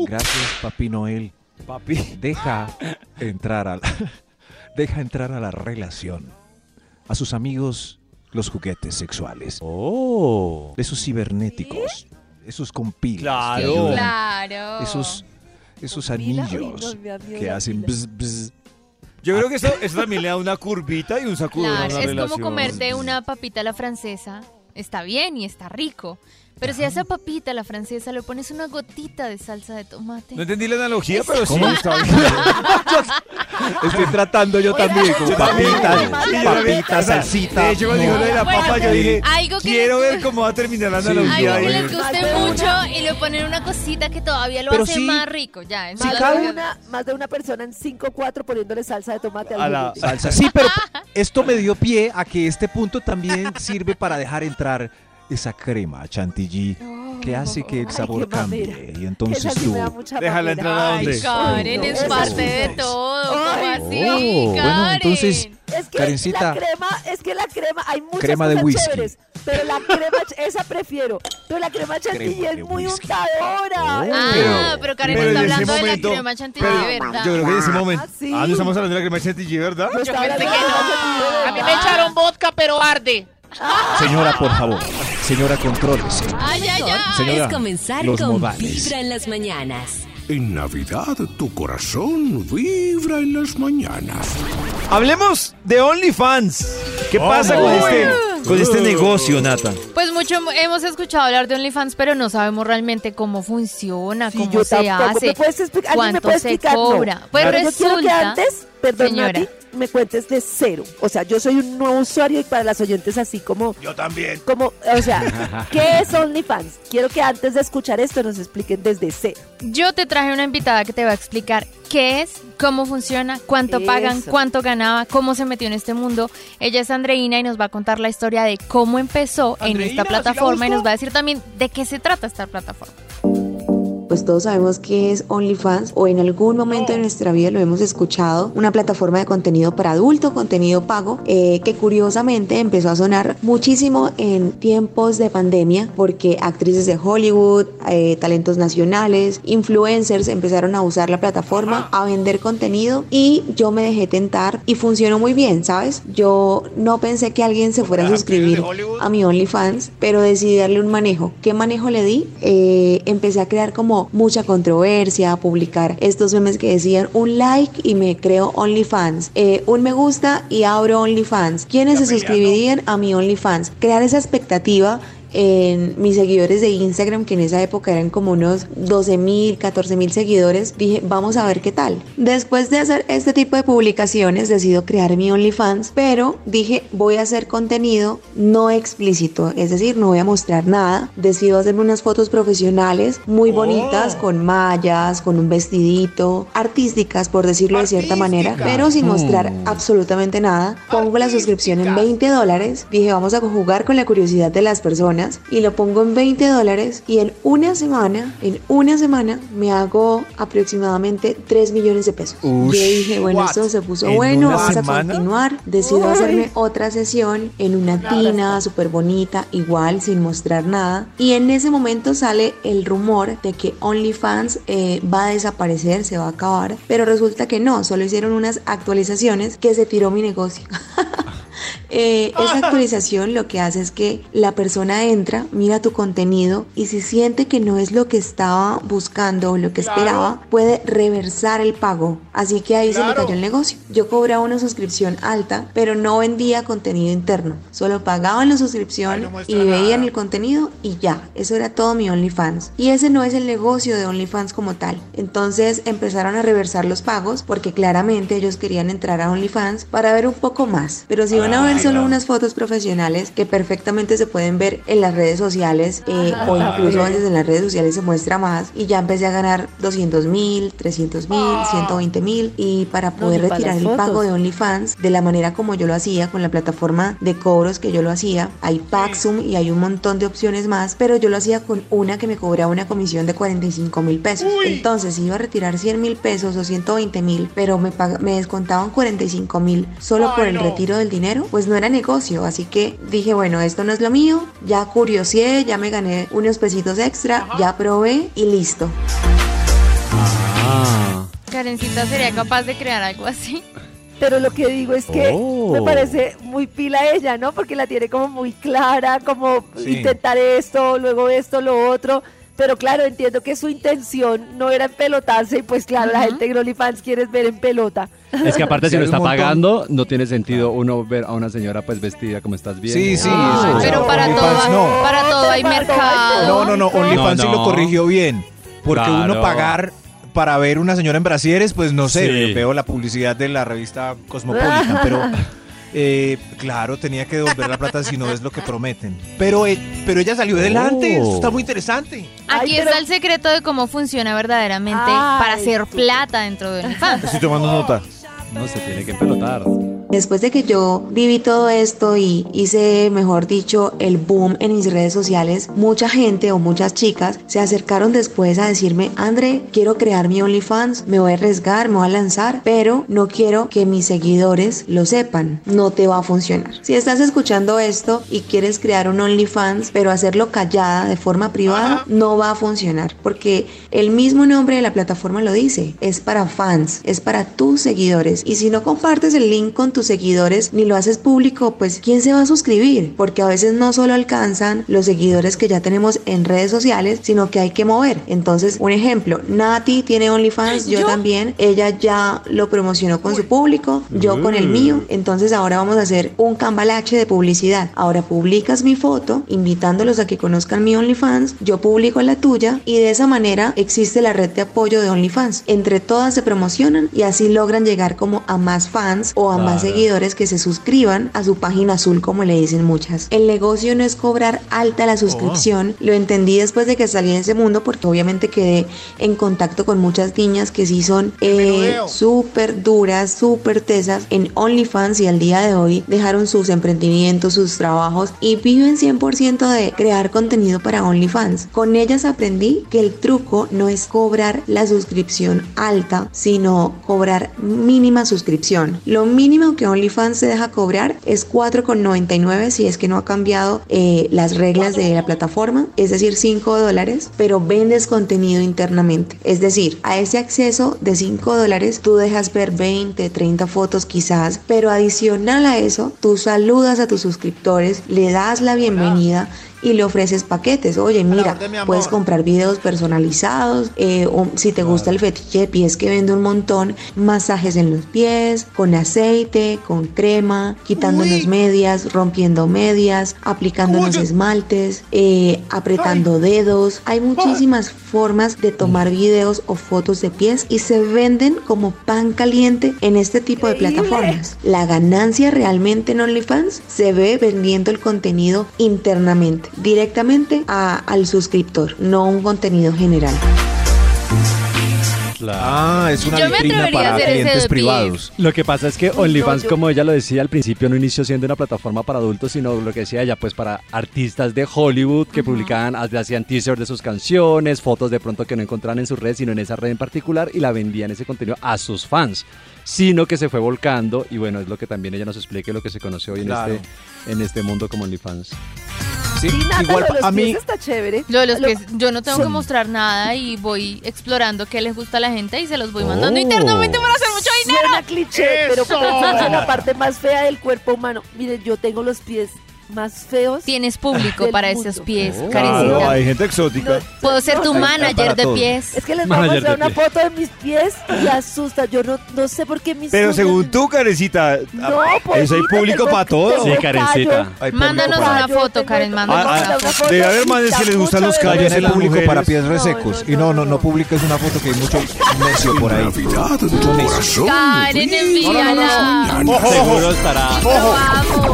S5: gracias, Papi Noel.
S12: Papi.
S5: Deja entrar a la, deja entrar a la relación. A sus amigos los juguetes sexuales. Oh. Esos cibernéticos. Esos con pilas. que
S12: Claro.
S5: ayudan,
S3: Claro.
S5: Esos, esos
S2: pila? Uy, no,
S5: anillos
S2: me da miedo
S5: que
S2: la
S5: hacen
S2: pila.
S5: bzz, bzz.
S12: Yo
S5: Ah.
S12: creo que eso, eso también le da una curvita y un sacudón a
S3: Claro,
S12: una
S3: es
S12: relación.
S3: como comerte una papita a la francesa. Está bien y está rico. Pero si a esa papita a la francesa le pones una gotita de salsa de tomate.
S12: No entendí la analogía, pero sí. Está bien.
S5: Estoy tratando yo también con
S12: Yo también,
S5: papitas,
S12: sí, yo también.
S5: papitas, salsita.
S12: De hecho, cuando dijo lo de la
S3: Bueno,
S12: papa, yo dije,
S3: algo que-
S12: quiero ver cómo va a terminar la
S5: Sí.
S12: analogía.
S5: Algo
S3: Que
S12: ahí.
S3: les guste mucho y le ponen una cosita que todavía lo
S5: Pero
S3: hace
S5: sí.
S3: más rico. Ya, eso
S2: Más,
S3: es
S2: de
S3: lo que-
S2: una, más de una persona en 5-4 poniéndole salsa de tomate al
S12: A la-
S2: juguete.
S5: Salsa, sí, pero, Esto me dio pie a que este punto también sirve para dejar entrar esa crema chantilly que hace que el sabor cambie. Y entonces
S2: Esa sí
S5: tú...
S2: me da mucha
S4: Déjala
S2: mamera.
S4: entrar a dónde.
S3: Karen es
S2: Eso
S3: parte
S2: sí.
S3: de todo. ¿Cómo
S2: Ay,
S3: así,
S5: Oh, bueno,
S3: Karen?
S5: entonces,
S2: Es que la
S5: Karencita.
S2: crema, es que la crema, hay muchas
S5: Crema de
S2: cosas
S5: whisky.
S2: chéveres, pero la crema, ch- esa prefiero, pero la crema chantilly
S5: Crema de
S2: es muy
S5: whisky.
S2: untadora.
S3: Ah, pero Karen
S12: Pero
S3: está
S12: en ese
S3: hablando de
S12: momento-
S3: la crema chantilly,
S12: pero-
S3: de ¿verdad?
S12: Yo creo que en ese momento.
S2: Ah, sí.
S12: Ah, no estamos hablando de la crema chantilly, ¿verdad?
S4: Pues
S2: No está
S10: pensé que
S2: hablando de
S10: no.
S2: chantilly, de
S10: A mí me
S2: verdad.
S10: echaron vodka, pero arde.
S5: Señora, por favor. Señora, controles.
S1: Ay, ay, ay.
S5: Señora,
S1: es comenzar
S5: los
S1: con
S5: modales.
S1: Vibra en las mañanas.
S15: En Navidad tu corazón vibra en las mañanas.
S4: Hablemos de OnlyFans. ¿Qué pasa con
S12: Uy.
S4: este, con este negocio, Nata?
S3: Pues mucho hemo- hemos escuchado hablar de OnlyFans, pero no sabemos realmente cómo funciona,
S2: Sí,
S3: cómo
S2: yo
S3: se
S2: tampoco.
S3: hace,
S2: ¿Me puedes explicar? ¿Alguien me
S3: cuánto
S2: puede
S3: se
S2: explicar? No.
S3: cobra. Pues
S2: Pero yo quiero que
S3: resulta,
S2: antes, perdón,
S3: señora.
S2: Nati, me cuentes de cero. O sea, yo soy un nuevo usuario y para las oyentes así como...
S12: Yo también.
S2: Como, o sea, ¿qué es OnlyFans? Quiero que antes de escuchar esto nos expliquen desde cero.
S3: Yo te traje una invitada que te va a explicar qué es, cómo funciona, cuánto pagan,
S2: Eso.
S3: cuánto ganaba, cómo se metió en este mundo. Ella es Andreina y nos va a contar la historia de cómo empezó en
S17: ¿sí
S3: esta
S17: la
S3: plataforma y
S17: busco?
S3: nos va a decir también de qué se trata esta plataforma.
S17: Pues todos sabemos que es OnlyFans o en algún momento de nuestra vida lo hemos escuchado, una plataforma de contenido para adulto, contenido pago, eh, que curiosamente empezó a sonar muchísimo en tiempos de pandemia porque actrices de Hollywood, eh, talentos nacionales, influencers empezaron a usar la plataforma, a vender contenido y yo me dejé tentar y funcionó muy bien, ¿sabes? Yo no pensé que alguien se fuera a suscribir a mi OnlyFans, pero decidí darle un manejo. ¿Qué manejo le di? Eh, empecé a crear como mucha controversia, a publicar estos memes que decían un like y me creo OnlyFans, eh, un me gusta y abro OnlyFans. ¿Quiénes se suscribirían a mi OnlyFans? Crear esa expectativa en mis seguidores de Instagram, que en esa época eran como unos 12 mil, 14 mil seguidores, dije, vamos a ver qué tal. Después de hacer este tipo de publicaciones, decido crear mi OnlyFans, pero dije, voy a hacer contenido no explícito, es decir, no voy a mostrar nada. Decido hacerme unas fotos profesionales muy bonitas, con mallas, con un vestidito, artísticas, por decirlo de cierta manera, pero sin mostrar
S18: Mm.
S17: absolutamente nada. Pongo la suscripción en 20 dólares. Dije, vamos a jugar con la curiosidad de las personas. Y lo pongo en 20 dólares. Y en una semana, en una semana, me hago aproximadamente 3 millones de pesos.
S18: Ush.
S17: Yo dije, bueno,
S18: What?
S17: esto se puso
S18: ¿En
S17: bueno,
S18: una
S17: vamos a
S18: semana?
S17: continuar. Decido
S18: Uy.
S17: hacerme otra sesión en una tina súper bonita, igual, sin mostrar nada. Y en ese momento sale el rumor de que OnlyFans eh, va a desaparecer, se va a acabar. Pero resulta que no, solo hicieron unas actualizaciones que se tiró mi negocio. Eh, esa actualización lo que hace es que la persona entra, mira tu contenido y si siente que no es lo que estaba buscando o lo que esperaba, puede reversar el pago. Así que ahí se me cayó el negocio. Yo cobraba una suscripción alta, pero no vendía contenido interno. Solo pagaban la suscripción y veían el contenido y ya. Eso era todo mi OnlyFans. Y ese no es el negocio de OnlyFans como tal. Entonces empezaron a reversar los pagos porque claramente ellos querían entrar a OnlyFans para ver un poco más. Pero si van a ver solo unas fotos profesionales que perfectamente se pueden ver en las redes sociales eh, o incluso a veces en las redes sociales se muestra más y ya empecé a ganar 200 mil, 300 mil, 120 mil y para poder
S2: ni para
S17: retirar
S2: las
S17: el pago
S2: fotos.
S17: de OnlyFans de la manera como yo lo hacía con la plataforma de cobros que yo lo hacía, hay Paxum y hay un montón de opciones más, pero yo lo hacía con una que me cobraba una comisión de 45 mil pesos. Entonces iba a retirar 100 mil pesos o 120 mil, pero me, pag- me descontaban 45 mil solo por el retiro del dinero, pues no era negocio. Así que dije, bueno, esto no es lo mío, ya curioseé, ya me gané unos pesitos extra, ya probé y listo.
S5: Ah.
S3: Karencita sería capaz de crear algo así.
S2: Pero lo que digo es que
S3: Oh.
S2: me parece muy pila ella, ¿no? Porque la tiene como muy clara, como
S19: Sí.
S2: intentar esto, luego esto, lo otro. Pero claro, entiendo que su intención no era empelotarse y pues claro, la gente en OnlyFans quiere ver en pelota.
S6: Es que aparte si lo
S2: Sí, hay
S6: está
S2: un montón.
S6: pagando, no tiene sentido uno ver a una señora pues vestida como estás viendo.
S5: Sí, sí,
S6: Ah.
S5: sí.
S3: Pero para
S5: OnlyFans
S3: todo,
S5: no.
S3: para todo hay mercado.
S5: No, no, no, OnlyFans
S6: No,
S5: sí lo
S6: no.
S5: corrigió bien. Porque
S6: Claro.
S5: uno pagar para ver una señora en brasieres, pues no sé,
S6: Sí.
S5: veo la publicidad de la revista Cosmopolitan, pero eh, claro, tenía que devolver la plata si no es lo que prometen. Pero, eh, pero ella salió adelante,
S13: Oh.
S5: eso está muy interesante.
S3: Aquí está el secreto de cómo funciona verdaderamente para hacer plata dentro de OnlyFans.
S5: tomando nota.
S6: No, se tiene que pelotar.
S17: Después de que yo viví todo esto y hice, mejor dicho, el boom en mis redes sociales, mucha gente o muchas chicas se acercaron después a decirme, André, quiero crear mi OnlyFans, me voy a arriesgar, me voy a lanzar, pero no quiero que mis seguidores lo sepan, no te va a funcionar. Si estás escuchando esto y quieres crear un OnlyFans, pero hacerlo callada de forma privada, no va a funcionar, porque el mismo nombre de la plataforma lo dice, es para fans, es para tus seguidores, y si no compartes el link con tus seguidores ni lo haces público, pues ¿quién se va a suscribir? Porque a veces no solo alcanzan los seguidores que ya tenemos en redes sociales, sino que hay que mover. Entonces, un ejemplo, Nati tiene OnlyFans, yo, también, ella ya lo promocionó con su público, yo con el mío, entonces ahora vamos a hacer un cambalache de publicidad. Ahora publicas mi foto, invitándolos a que conozcan mi OnlyFans, yo publico la tuya y de esa manera existe la red de apoyo de OnlyFans. Entre todas se promocionan y así logran llegar como a más fans o a más seguidores que se suscriban a su página azul como le dicen muchas. El negocio no es cobrar alta la suscripción, lo entendí después de que salí de ese mundo porque obviamente quedé en contacto con muchas niñas que sí son eh, súper duras, súper tesas en OnlyFans y al día de hoy dejaron sus emprendimientos, sus trabajos y viven 100% de crear contenido para OnlyFans. Con ellas aprendí que el truco no es cobrar la suscripción alta, sino cobrar mínima suscripción. Lo mínimo que OnlyFans se deja cobrar es 4,99 si es que no ha cambiado eh, las reglas de la plataforma, es decir, 5 dólares, pero vendes contenido internamente. Es decir, a ese acceso de 5 dólares tú dejas ver 20, 30 fotos quizás, pero adicional a eso, tú saludas a tus suscriptores, le das la bienvenida y le ofreces paquetes. Oye, mira,
S10: orden, mi amor.
S17: puedes comprar videos personalizados, eh, o si te gusta el fetiche de pies que vende un montón, masajes en los pies, con aceite, con crema, quitándonos medias, rompiendo medias, aplicándonos esmaltes, eh, apretando dedos. Hay muchísimas formas de tomar
S10: Mm.
S17: videos o fotos de pies y se venden como pan caliente en este tipo de
S2: Increíble.
S17: plataformas. La ganancia realmente en OnlyFans se ve vendiendo el contenido internamente, directamente a- al suscriptor, no un contenido general.
S5: Ah, es una
S3: Yo me
S5: vitrina
S3: atrevería a
S5: para
S3: hacer ese
S5: clientes
S3: de
S5: privados.
S6: Lo que pasa es que
S5: no,
S6: OnlyFans,
S5: yo-
S6: como ella lo decía al principio, no inició siendo una plataforma para adultos, sino lo que decía ella, pues para artistas de Hollywood que publicaban, haz- hacían teasers de sus canciones, fotos de pronto que no encontraban en sus redes, sino en esa red en particular, y la vendían ese contenido a sus fans. Sino que se fue volcando, y bueno, es lo que también ella nos explique, lo que se conoce hoy
S5: Claro.
S6: en, este, en este mundo como OnlyFans.
S5: Sí,
S2: Nata,
S5: Pues igual
S2: lo de los
S5: a mí
S2: pies está chévere.
S3: Lo de los
S2: Lo-
S3: pies, yo no tengo
S2: Sí.
S3: que mostrar nada y voy explorando qué les gusta a la gente y se los voy mandando
S5: Oh.
S3: internamente para hacer mucho dinero.
S2: Suena cliché, pero pues,
S3: ¡Eso!
S2: es la parte más fea del cuerpo humano. Miren, yo tengo los pies más feos.
S3: Tienes público
S2: del
S3: para
S2: mundo.
S3: esos pies,
S12: Claro,
S3: Karencita.
S12: hay gente exótica.
S3: Puedo ser
S12: Hay-
S3: tu
S12: hay Oh. para
S3: manager de
S12: todo.
S3: pies.
S2: Es que les voy a
S12: Manager
S2: mostrar
S12: de
S2: una
S12: pies.
S2: foto de mis pies y asusta. Yo no, no sé por qué mis
S12: Pero
S2: uñas-
S12: según tú, Carecita,
S2: No,
S12: ah,
S2: pues,
S12: eso hay
S2: mira,
S12: público
S2: tengo-
S12: para
S5: Oh.
S12: todo.
S2: tengo callos,
S12: Hay público
S3: Mándanos
S12: para-
S3: una foto, Karen, mándanos
S12: Ah,
S3: una
S12: ah,
S3: foto.
S12: Debe haber manes que les gustan los
S5: Hay
S12: callos en
S5: el
S12: las
S5: público
S12: mujeres.
S5: para pies resecos. y no, no, no publiques una foto que hay mucho necio por ahí.
S15: Navidad en tu corazón.
S3: Karen, envíala.
S15: Ojo, ojo.
S6: Seguro estará.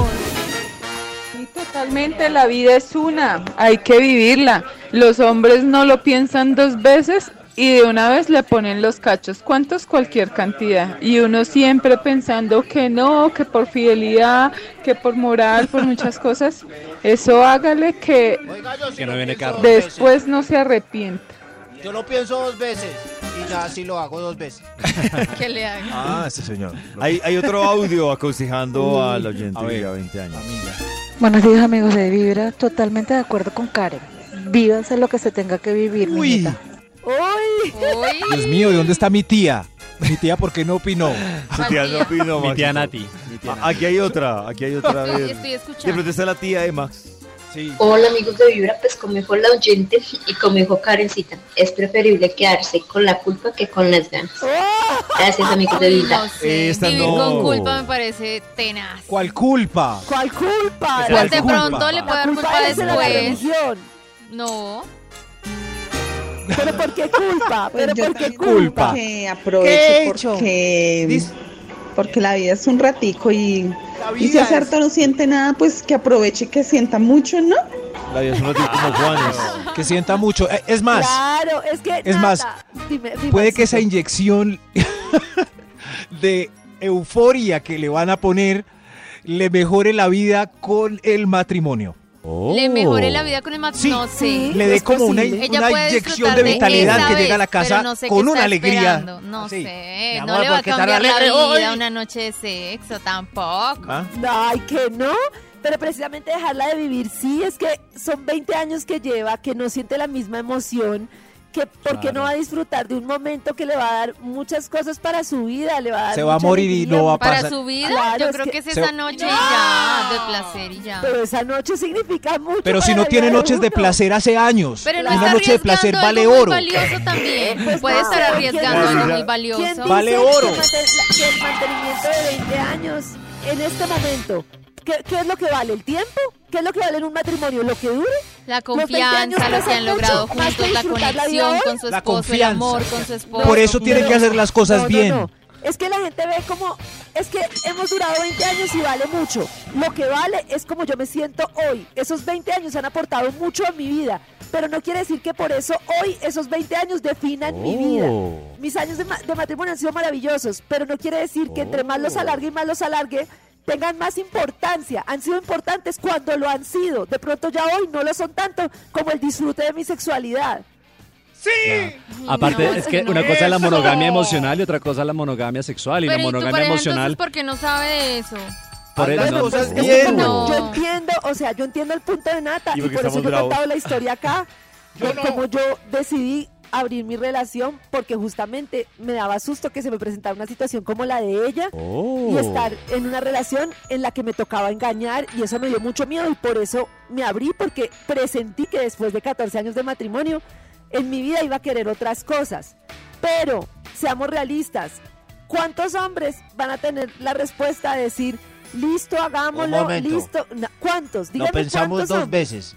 S18: Totalmente, la vida es una, hay que vivirla. Los hombres no lo piensan dos veces y de una vez le ponen los cachos, cuantos cualquier cantidad. Y uno siempre pensando que no, que por fidelidad, que por moral, por muchas cosas. Eso hágale que
S6: Que no viene carro.
S18: después no se arrepienta.
S10: Yo lo pienso dos veces y ya así lo hago dos veces.
S3: ¿Qué le hago?
S12: Ah, sí, señor. Hay, hay otro audio aconsejando al oyente que lleva 20 años.
S19: Buenos días amigos de Vibra, totalmente de acuerdo con Karen. Vívanse lo que se tenga que vivir. mi neta.
S2: ¡Uy!
S5: Dios mío, ¿de dónde está mi tía? Mi tía, ¿por qué no opinó?
S12: Su tía no opinó,
S6: Mi tía
S12: Maxito.
S6: Nati. Mi tía
S12: Ah, Aquí hay otra, aquí hay otra
S20: Estoy-
S12: vez.
S20: estoy escuchando.
S12: De pronto está la tía de Max. Sí.
S20: Hola amigos de Vibra, pues como dijo la oyente y como dijo Karencita, es preferible quedarse con la culpa que con las ganas.
S2: Oh.
S20: Gracias amigos de Vibra.
S3: No sé,
S5: Esta
S3: vivir
S5: no.
S3: con culpa me parece tenaz.
S5: ¿Cuál culpa?
S2: ¿Cuál culpa?
S5: ¿Cuál
S3: Pues de
S5: culpa?
S3: pronto le puede dar
S2: culpa
S3: culpa
S2: es de la
S3: después.
S2: religión.
S3: No.
S2: ¿Pero por qué culpa?
S3: Pues
S2: ¿Pero por qué culpa?
S14: Que
S2: ¿Qué he
S14: aprovecho
S2: hecho?
S14: porque, porque la vida es un ratico y,
S12: vida
S14: y si
S12: es-
S14: acerta no siente nada, pues que aproveche y que sienta mucho, ¿no?
S5: La Dios no tiene como Juanes. Que sienta mucho. Eh, Es más,
S2: Claro, es que.
S5: Es más,
S2: Nata, dime- dime,
S5: puede que
S2: sí.
S5: esa inyección de euforia que le van a poner le mejore la vida con el matrimonio.
S3: Le mejore la vida con el matrimonio. No sé.
S5: Le dé como una,
S3: Ella
S5: una
S3: puede
S5: inyección
S3: disfrutar
S5: de vitalidad
S3: esa
S5: que llega a la
S3: vez, pero
S5: casa
S3: no sé qué
S5: con una
S3: está
S5: alegría. Ah,
S3: esperando. No
S5: Sí.
S3: sé,
S5: Mi
S3: no
S5: amor,
S3: le va a
S5: porque estar
S3: cambiar la
S5: alegre
S3: vida
S5: hoy.
S3: una noche de sexo tampoco.
S5: Ah.
S2: Ay, que no. Pero precisamente dejarla de vivir, sí, es que son 20 años que lleva, que no siente la misma emoción, que porque no va a disfrutar de un momento que le va a dar muchas cosas para su vida, le va a dar
S5: Se va a
S2: mucha
S5: morir y
S2: alegría,
S5: no va a
S2: mucha-
S5: pasar.
S3: Para su vida,
S2: Claro,
S3: yo
S2: es
S3: creo que, es
S5: Se-
S3: esa noche y ya, de placer y ya.
S2: Pero esa noche significa mucho.
S5: Pero
S2: para
S5: si no
S2: la
S5: tiene
S2: vida de
S5: noches de
S2: uno.
S5: placer hace años.
S3: Pero no
S5: una
S3: está
S5: noche de placer
S3: arriesgando
S5: vale
S3: algo muy
S5: oro.
S3: valioso también.
S2: Pues
S3: Puede
S2: no,
S3: estar
S2: ¿quién
S3: arriesgando
S5: dice-
S3: algo muy
S2: ¿Quién
S3: valioso.
S2: dice
S5: Vale
S2: que
S5: oro.
S2: el mate- la- Que el mantenimiento de 20 años en este momento, ¿qué, qué es lo que vale? ¿El tiempo? ¿Qué es lo que vale en un matrimonio? ¿Lo que dure?
S3: La
S2: Los 20 años
S3: confianza, lo que
S2: pasan
S3: han logrado
S2: mucho más que
S3: juntos, la
S2: disfrutar la vida
S3: conexión
S2: hoy.
S3: con su
S5: La
S3: esposo, el amor
S5: confianza.
S3: con su esposo.
S5: Por eso tienen que hacer las cosas
S2: No, no,
S5: bien.
S2: no. Es que la gente ve como, es que hemos durado 20 años y vale mucho. Lo que vale es como yo me siento hoy. Esos 20 años han aportado mucho a mi vida, pero no quiere decir que por eso hoy esos 20 años definan mi vida. Mis años de, ma- de matrimonio han sido maravillosos, pero no quiere decir que entre más los alargue y más los alargue tengan más importancia. Han sido importantes cuando lo han sido. De pronto ya hoy no lo son tanto como el disfrute de mi sexualidad.
S6: Aparte,
S3: No,
S6: es que
S3: no.
S6: una cosa es la
S3: Eso.
S6: monogamia emocional y otra cosa es la monogamia sexual. Y
S3: Pero ¿y
S6: la
S3: tú,
S6: monogamia
S3: Pareja,
S6: emocional,
S3: entonces, ¿por qué no sabe de eso?
S6: por
S5: Haz las
S6: no,
S5: cosas
S6: no,
S5: bien.
S3: No.
S2: Yo entiendo, o sea, yo entiendo el punto de Nata
S5: Y
S2: y,
S5: porque
S2: por eso
S5: estamos
S2: yo he
S5: bravos.
S2: contado la historia acá. de Como yo decidí abrir mi relación porque justamente me daba susto que se me presentara una situación como la de ella
S5: Oh.
S2: y estar en una relación en la que me tocaba engañar y eso me dio mucho miedo y por eso me abrí porque presentí que después de 14 años de matrimonio en mi vida iba a querer otras cosas. Pero seamos realistas, ¿cuántos hombres van a tener la respuesta a decir, listo,
S21: Un
S2: hagámoslo,
S21: momento.
S2: listo? Na- ¿Cuántos?
S21: Lo
S2: Dígame
S21: pensamos
S2: cuántos
S21: dos
S2: hombres.
S21: veces.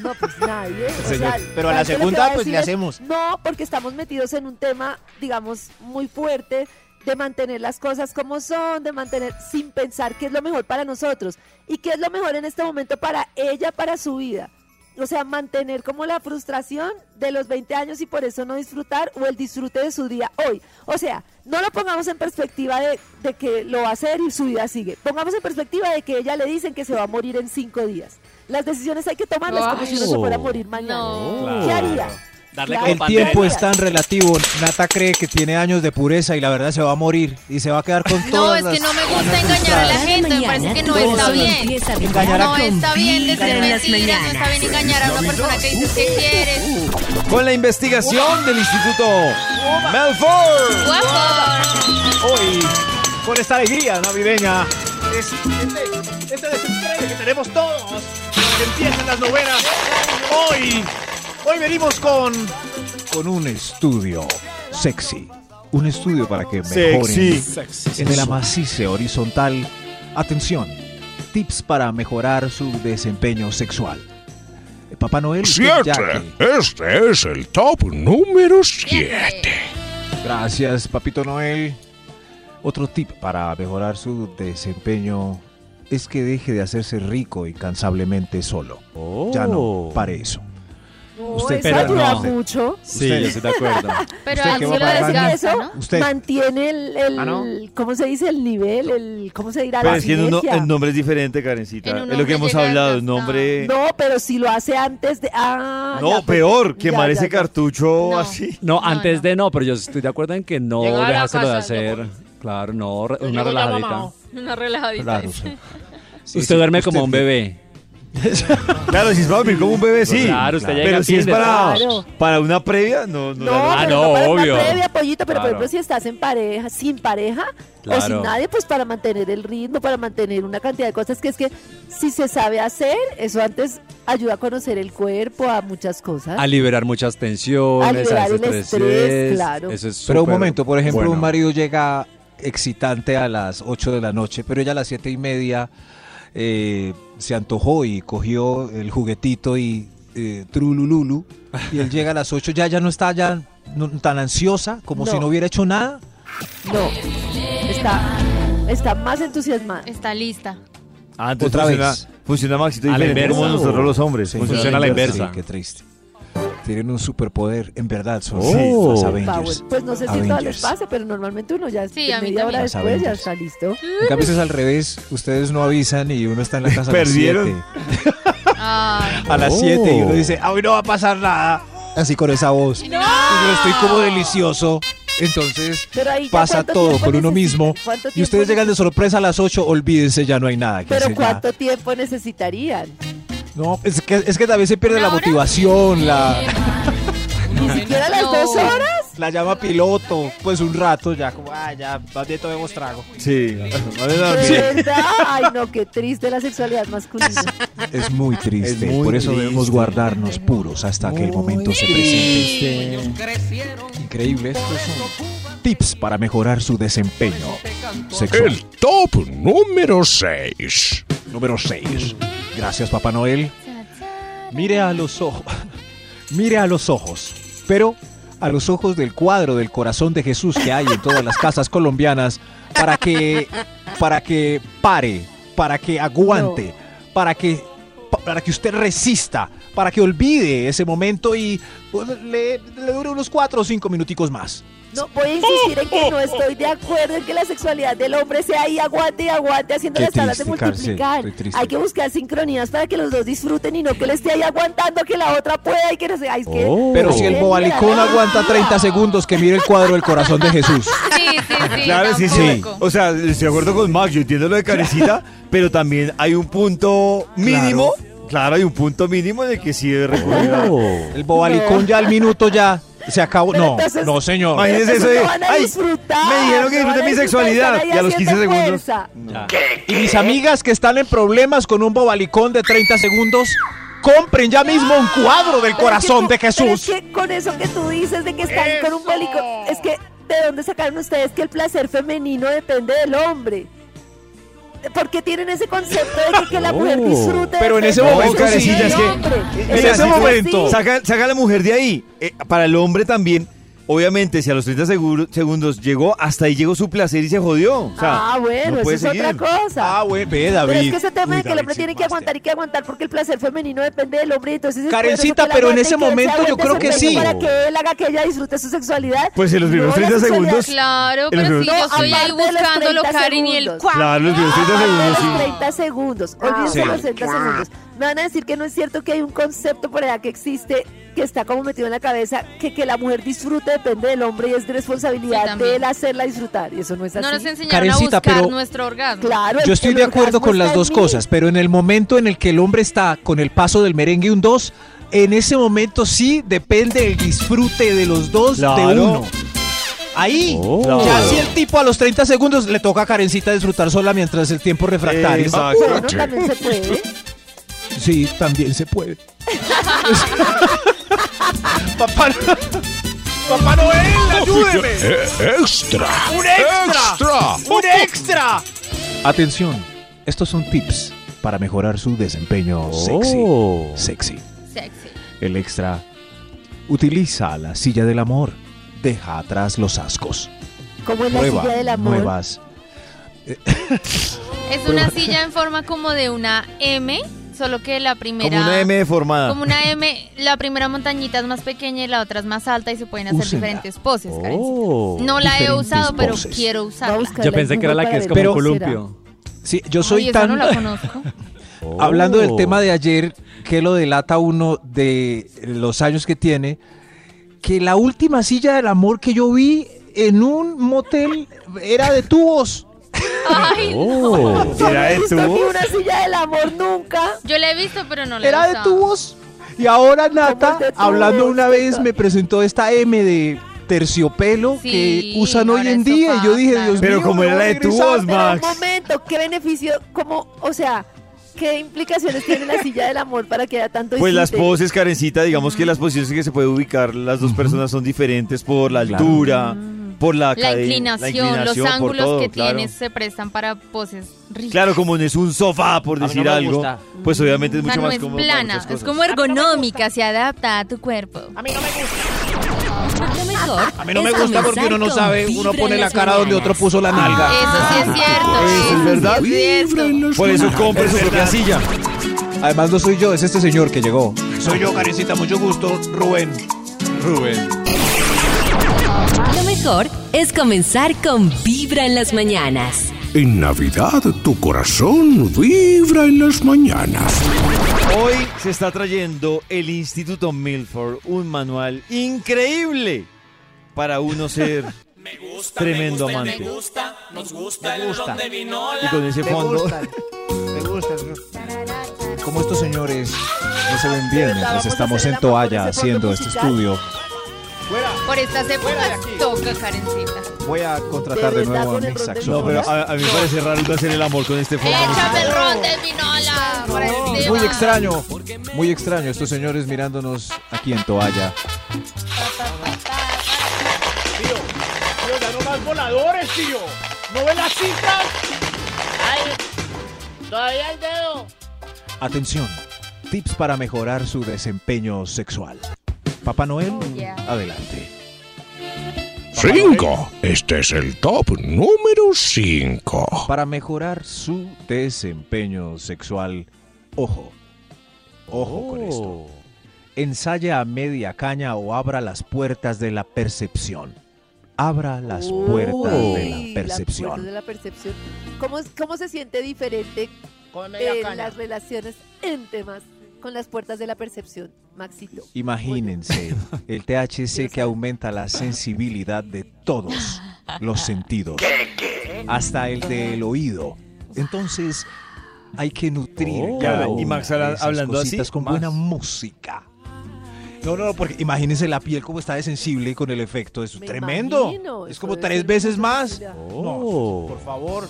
S2: No, pues nadie. o
S21: Señor,
S2: sea,
S21: pero a la
S2: ¿sabes qué lo que
S21: segunda,
S2: va a
S21: pues,
S2: decir
S21: le
S2: es,
S21: hacemos.
S2: No, porque estamos metidos en un tema, digamos, muy fuerte de mantener las cosas como son, de mantener sin pensar qué es lo mejor para nosotros y qué es lo mejor en este momento para ella, para su vida. O sea, mantener como la frustración de los 20 años y por eso no disfrutar o el disfrute de su día hoy. O sea, no lo pongamos en perspectiva de, de que lo va a hacer y su vida sigue. Pongamos en perspectiva de que ella le dicen que se va a morir en cinco días. Las decisiones hay que tomarlas como si uno se fuera a morir mañana. ¿Qué haría? Darle
S5: El tiempo es tan relativo. Nata cree que tiene años de pureza y la verdad se va a morir y se va a quedar con
S3: No,
S5: todas
S3: es que
S5: las-
S3: no me gusta engañar a la gente, me parece que no
S5: todo
S3: está
S5: solo
S3: bien.
S1: empieza a
S5: Engañar a
S3: No está bien
S1: Vibra
S3: decir
S1: en las
S3: mentiras, no está
S1: mañanas.
S3: bien engañar a una persona que dices que quieres.
S4: Con la investigación del Instituto Melford.
S3: Guapo.
S5: Hoy, con esta alegría navideña.
S7: Es, este, este desenfreno que tenemos todos. Empiezan las novenas. Hoy, hoy venimos con
S5: con un estudio sexy. Un estudio para que
S4: Sexy.
S5: mejoren
S4: Sexy.
S5: en el amacice horizontal. Atención, tips para mejorar su desempeño sexual. Eh, Papá Noel, usted ya
S22: Siete. Este es el top número 7.
S5: que- gracias Papito Noel. Otro tip para mejorar su desempeño es que deje de hacerse rico incansablemente solo. Ya no, pare eso.
S2: Usted,
S5: pero
S2: ayuda
S5: no.
S2: mucho.
S5: Sí, Usted, yo estoy de acuerdo.
S3: Pero
S5: Usted
S3: a
S5: que
S3: mí
S5: va
S3: lo
S5: para el baño.
S3: desgasta,
S2: Eso
S3: ¿no?
S5: Usted.
S2: mantiene el, el-
S4: Ah, ¿no?
S2: ¿cómo se dice? El nivel, el, ¿cómo se dirá?
S4: Pero
S2: la
S4: Pues es que en uno-
S2: sinergia.
S4: el nombre es diferente, Karencita.
S2: En un
S4: Es lo que
S2: hombre
S4: hemos
S2: llega
S4: hablado, el nombre...
S2: No, pero si lo hace antes de... Ah,
S4: No,
S2: ya, pues,
S4: peor, quemar
S2: ya,
S4: ese
S2: ya, ya.
S4: cartucho así.
S6: No, antes de no, pero yo estoy de acuerdo en que no
S3: Llegar a la
S6: dejárselo de
S3: casa,
S6: hacer. Claro, no,
S7: Pues
S6: re- una
S3: llego ya
S6: relajadita.
S3: mamado. Una relajadita.
S6: Claro,
S3: dice.
S6: usted duerme como un bebé.
S4: Claro, si es para dormir como un bebé, sí.
S6: Claro, usted llega
S4: Pero si es
S6: fin de
S4: para,
S2: Claro.
S4: para una previa, no, Ah,
S2: No,
S4: no. la-
S2: pero Ah, no, para una previa, pollito, pero por
S4: Claro.
S2: ejemplo, si estás en pareja, sin pareja o
S4: Claro.
S2: sin nadie, pues para mantener el ritmo, para mantener una cantidad de cosas que es que si se sabe hacer, eso antes ayuda a conocer el cuerpo, a muchas cosas.
S6: A liberar muchas tensiones,
S2: A
S6: a,
S2: liberar el
S6: desestrés,
S2: estrés, claro.
S6: Eso es
S5: Pero un
S6: súper
S5: momento, por ejemplo,
S6: bueno.
S5: un marido llega excitante a las 8 de la noche, pero ella a las 7 y media eh, se antojó y cogió el juguetito y eh, trulululu, y él llega a las 8, ya, ya no está ya no- tan ansiosa como
S2: No.
S5: si no hubiera hecho nada.
S2: No, está, está más entusiasmada.
S3: Está lista.
S4: Ah, entonces
S5: Otra
S4: funciona,
S5: vez.
S4: funciona Maxito
S5: A la
S4: diferente como
S5: inversa.
S4: nosotros los hombres.
S5: Sí,
S4: funciona
S5: sí,
S4: a la
S5: sí,
S4: inversa.
S5: qué triste. Tienen un superpoder, en verdad, son
S2: Sí,
S4: Oh.
S5: los
S2: son
S5: Avengers.
S2: superpower. Pues no sé si todos los
S5: Avengers.
S2: pasa, pero normalmente uno ya
S3: Sí, a mí
S2: media hora
S3: también.
S5: Los
S2: después ya
S5: Avengers.
S2: está listo.
S5: En cambio, eso es al revés. Ustedes no avisan y uno está en la casa a las
S4: Perdieron.
S5: siete.
S3: Ay,
S5: a las
S4: Oh.
S5: 7 y uno dice, "Ah, hoy no va a pasar nada. Así con esa voz. Y yo estoy como delicioso. Entonces
S2: Pero ahí ya
S5: pasa
S2: cuánto
S5: todo
S2: tiempo
S5: con uno
S2: necesitas,
S5: mismo.
S2: cuánto
S5: Y ustedes
S2: tiempo
S5: llegan de sorpresa a las 8, olvídense, ya no hay nada que
S2: Pero
S5: hacer. ya.
S2: ¿cuánto tiempo necesitarían?
S5: No, es que, es que también se pierde la motivación, la,
S2: ¿Ni siquiera las dos horas?
S5: la llama piloto, pues un rato ya, como, ah, ya, más bien tomemos trago.
S4: Sí.
S2: ¿De verdad? Ay, no, qué triste la sexualidad masculina.
S5: Es muy triste,
S4: Es muy
S5: por eso
S4: triste.
S5: debemos guardarnos puros hasta que el momento se presente. Increíble, estos son tips para mejorar su desempeño sexual.
S23: El top número 6.
S5: Número 6. Gracias, Papá Noel. Mire a los ojos. Mire a los ojos. Pero a los ojos del cuadro del corazón de Jesús que hay en todas las casas colombianas para que para que pare, para que aguante, para que pa- para que usted resista, para que olvide ese momento y pues, le, le dure unos cuatro o cinco minuticos más.
S2: No, voy a insistir en que no estoy de acuerdo en que la sexualidad del hombre sea ahí aguante y aguante haciendo
S5: Qué
S2: las tablas de
S5: triste, Karen, sí,
S2: multiplicar.
S5: estoy triste.
S2: Hay que buscar sincronías para que los dos disfruten y no que él esté ahí aguantando que la otra pueda y que no se... Ay, es que-
S5: Pero si el
S2: Qué
S5: bobalicón
S2: mierda.
S5: aguanta 30 segundos, que mire el cuadro del corazón de Jesús.
S3: Ah, Sí, sí, sí.
S4: Claro, sí, sí. O sea, estoy de acuerdo con Max, yo entiendo lo de Carecita, pero también hay un punto mínimo. Claro, hay un punto mínimo en el que sí debe recurrir. a-
S5: El bobalicón ya al minuto ya se acabó.
S4: Pero
S5: No,
S4: entonces-
S5: no, señor.
S4: Imagínese eso de,
S2: No van a
S4: "Ay,
S2: disfrutar,
S4: me dijeron que
S2: no van
S4: disfrute
S2: a
S4: mi
S2: disfrutar,
S4: sexualidad.
S2: están ahí
S4: Y a los 15
S2: haciendo
S4: segundos.
S2: fuerza.
S5: Y mis amigas que están en problemas con un bobalicón de 30 segundos, compren ya mismo un cuadro del
S2: Pero es que
S5: corazón
S2: con-
S5: de
S2: pero es
S5: Jesús.
S2: que con eso que tú dices de que están con un bobalicón, es que ¿de dónde sacaron ustedes que el placer femenino depende del hombre? ¿Por qué tienen ese concepto de que, que la mujer
S4: Oh.
S2: disfrute?
S4: Pero en ese momento sí,
S2: Carecilla,
S4: es que-
S2: En
S4: Mira,
S2: ese
S4: si tú-
S2: momento.
S4: Saca, saca a la mujer de ahí. Eh, para el hombre también. Obviamente, si a los 30 seguro- segundos llegó, hasta ahí llegó su placer y se jodió. O sea,
S2: ah, bueno,
S4: no
S2: eso
S4: puede
S2: es otra
S4: seguir.
S2: cosa.
S5: Ah, bueno, ve,
S2: Pero es
S5: David.
S2: que ese tema de que
S5: Uy,
S2: el
S5: David,
S2: hombre
S5: sí,
S2: tiene que aguantar y que aguantar porque el placer femenino depende del hombre, entonces es por eso
S5: Karencita,
S2: que él
S5: pero en
S2: aguanta y
S5: ese
S2: que él se
S5: momento yo
S2: aguante
S5: creo que
S2: sorpresa
S5: sí.
S2: Para que él haga que ella disfrute su sexualidad.
S4: Pues en los primeros
S2: No, la
S4: 30 segundos.
S2: sexualidad-
S3: Claro,
S4: En
S3: pero
S4: los
S3: si yo
S4: primeros-
S3: estoy ahí
S2: Aparte de los
S3: buscándolo,
S2: 30
S3: Karen, y el
S2: segundos.
S3: cuadro.
S4: Claro, los 30 segundos
S2: Los
S4: sí.
S2: 30 segundos.
S3: Ah.
S2: Olvídense
S4: Sí.
S2: los 30 segundos. Me van a decir que no es cierto que hay un concepto por allá que existe que está como metido en la cabeza que que la mujer disfrute depende del hombre y es
S3: Sí,
S2: responsabilidad
S3: también.
S2: de él hacerla disfrutar. Y eso no es así.
S3: No nos enseñaron
S5: Karencita,
S3: a buscar
S5: pero-
S3: nuestro orgasmo.
S2: Claro, el-
S5: Yo estoy
S2: el
S5: de acuerdo
S2: orgasmo
S5: con
S2: está
S5: las
S2: en
S5: dos
S2: mí.
S5: cosas, pero en el momento en el que el hombre está con el paso del merengue un 2, en ese momento sí depende el disfrute de los dos de
S4: Claro.
S5: uno. Ahí,
S4: Oh.
S5: ya si el tipo a los 30 segundos le toca a Karencita disfrutar sola mientras el tiempo
S7: Eh,
S5: refractario.
S4: Exacto.
S2: Bueno, también se
S5: ¿eh?
S2: puede.
S5: Sí, también se puede.
S7: Papá, Papá Noel, ayúdeme.
S23: E- extra.
S7: ¡Un extra!
S23: Extra.
S7: ¡Un extra!
S5: Atención, estos son tips para mejorar su desempeño sexy.
S4: Oh.
S5: Sexy.
S3: Sexy.
S5: El extra. Utiliza la silla del amor. Deja atrás los ascos.
S2: Como
S3: Pues
S2: en la
S5: Prueba
S2: silla del amor.
S5: nuevas.
S3: Es una silla en forma como de una M, solo que la primera...
S4: Como una M deformada.
S3: Como una M, la primera montañita es más pequeña y la otra es más alta y se pueden hacer
S5: Úsenla.
S3: diferentes poses,
S5: Oh.
S3: Karencita. No la he
S5: Diferentes
S3: usado, pero
S5: poses.
S3: quiero usarla.
S24: Yo pensé que era la que es como
S5: Pero-
S24: un columpio.
S5: Sí, yo soy
S3: Ay, esa
S5: tan.
S3: no la conozco.
S5: Hablando del
S24: Oh.
S5: tema de ayer, que lo delata uno de los años que tiene, que la última silla del amor que yo vi en un motel era de tubos.
S3: Ay,
S15: Oh.
S3: no.
S4: ¿Era de
S2: No vi
S4: tubos?
S2: una silla del amor nunca.
S3: Yo la he visto, pero no la
S5: Era
S3: he
S5: de
S3: usado.
S5: tubos. Y ahora Nata,
S2: Somos de tubos,
S5: hablando una vez,
S2: Nata.
S5: me presentó esta M de terciopelo
S3: Sí,
S5: que usan hoy
S3: ahora
S5: en
S3: eso
S5: día. y yo
S3: pasa.
S5: dije, Dios
S4: Pero
S5: mío,
S4: como
S5: ¿me
S4: era
S5: voy
S4: la
S5: a
S4: de
S5: regresar?
S4: tubos,
S2: Pero un
S4: Max.
S2: momento, ¿qué beneficio? Como, o sea, ¿qué implicaciones tiene la silla del amor para que haya tanto
S4: Pues las
S2: disfrute?
S4: poses, Karencita, digamos que las posiciones que se puede ubicar las dos personas son diferentes por la
S5: Claro.
S4: altura,
S2: Mm.
S4: por la,
S3: La
S4: cadena,
S3: inclinación, los
S4: por
S3: ángulos
S4: todo,
S3: que
S4: claro.
S3: tienes se prestan para poses ricas.
S4: Claro, como no es un sofá,
S5: A
S4: por
S5: mí no
S4: decir
S5: me
S4: algo,
S5: gusta.
S4: pues obviamente
S3: O
S4: es
S3: sea,
S4: mucho
S3: no
S4: más
S3: es
S4: cómodo. para
S3: plana,
S4: muchas
S3: es
S4: cosas.
S3: como ergonómica, se adapta a tu cuerpo. A mí no me gusta.
S5: A mí no me gusta porque uno no sabe, uno pone la cara donde otro puso la nalga.
S3: Eso sí es
S7: Ah,
S3: cierto.
S4: Eso es
S3: sí
S4: verdad.
S3: Es cierto.
S4: Por eso compre su propia silla.
S5: Además no soy yo, es este señor que llegó.
S7: Soy yo, Karencita, mucho gusto. Rubén. Rubén.
S1: Lo mejor es comenzar con Vibra en las mañanas.
S9: En Navidad tu corazón vibra en las mañanas.
S4: Hoy se está trayendo el Instituto Milford un manual increíble para uno ser tremendo amante.
S25: gusta, nos gusta, el
S4: gusta.
S25: ron de vinola.
S4: Y con ese
S25: Me
S4: fondo.
S25: gusta.
S5: Me gusta. Como estos señores no se ven bien mientras estamos en toalla haciendo este estudio,
S3: Por estas épocas toca Karencita.
S5: voy a contratar de nuevo a mis
S4: No, pero
S5: saxofonistas.
S4: a, a mí me parece raro hacer el amor con este fondo.
S3: Échame el ron de vinola. por
S5: Es muy
S3: encima.
S5: extraño, muy extraño estos señores mirándonos aquí en toalla.
S7: Tío, ganó más voladores, tío. ¿No ve las citas?
S26: Ay, todavía el dedo.
S5: Atención, tips para mejorar su desempeño sexual. Papá Noel,
S2: Oh,
S5: adelante.
S9: 5. Este es el top número 5.
S5: Para mejorar su desempeño sexual, ojo, ojo con
S9: Oh.
S5: esto. Ensaya a media caña o abra las puertas de la percepción. Abra las puertas de
S2: Uy,
S5: la
S2: las puertas
S5: percepción.
S2: de la percepción. ¿Cómo, es- cómo se siente diferente
S26: media
S2: en
S26: caña.
S2: las relaciones íntimas con las puertas de la percepción, Maxito?
S5: Imagínense el THC que aumenta la sensibilidad de todos los sentidos, hasta el del oído. Entonces hay que nutrir
S4: Oh.
S5: cada
S4: Ya, y
S5: una
S4: Max
S5: de
S4: habla-
S5: esas
S4: hablando así,
S5: cositas con
S4: Max.
S5: buena música. No, no, no, porque imagínense la piel como está de sensible con el efecto, es tremendo.
S2: imagino,
S5: es
S2: eso
S5: como
S2: debe
S5: tres
S2: ser
S5: veces
S2: mucha
S5: más.
S2: facilidad.
S5: No,
S4: Oh.
S5: por favor.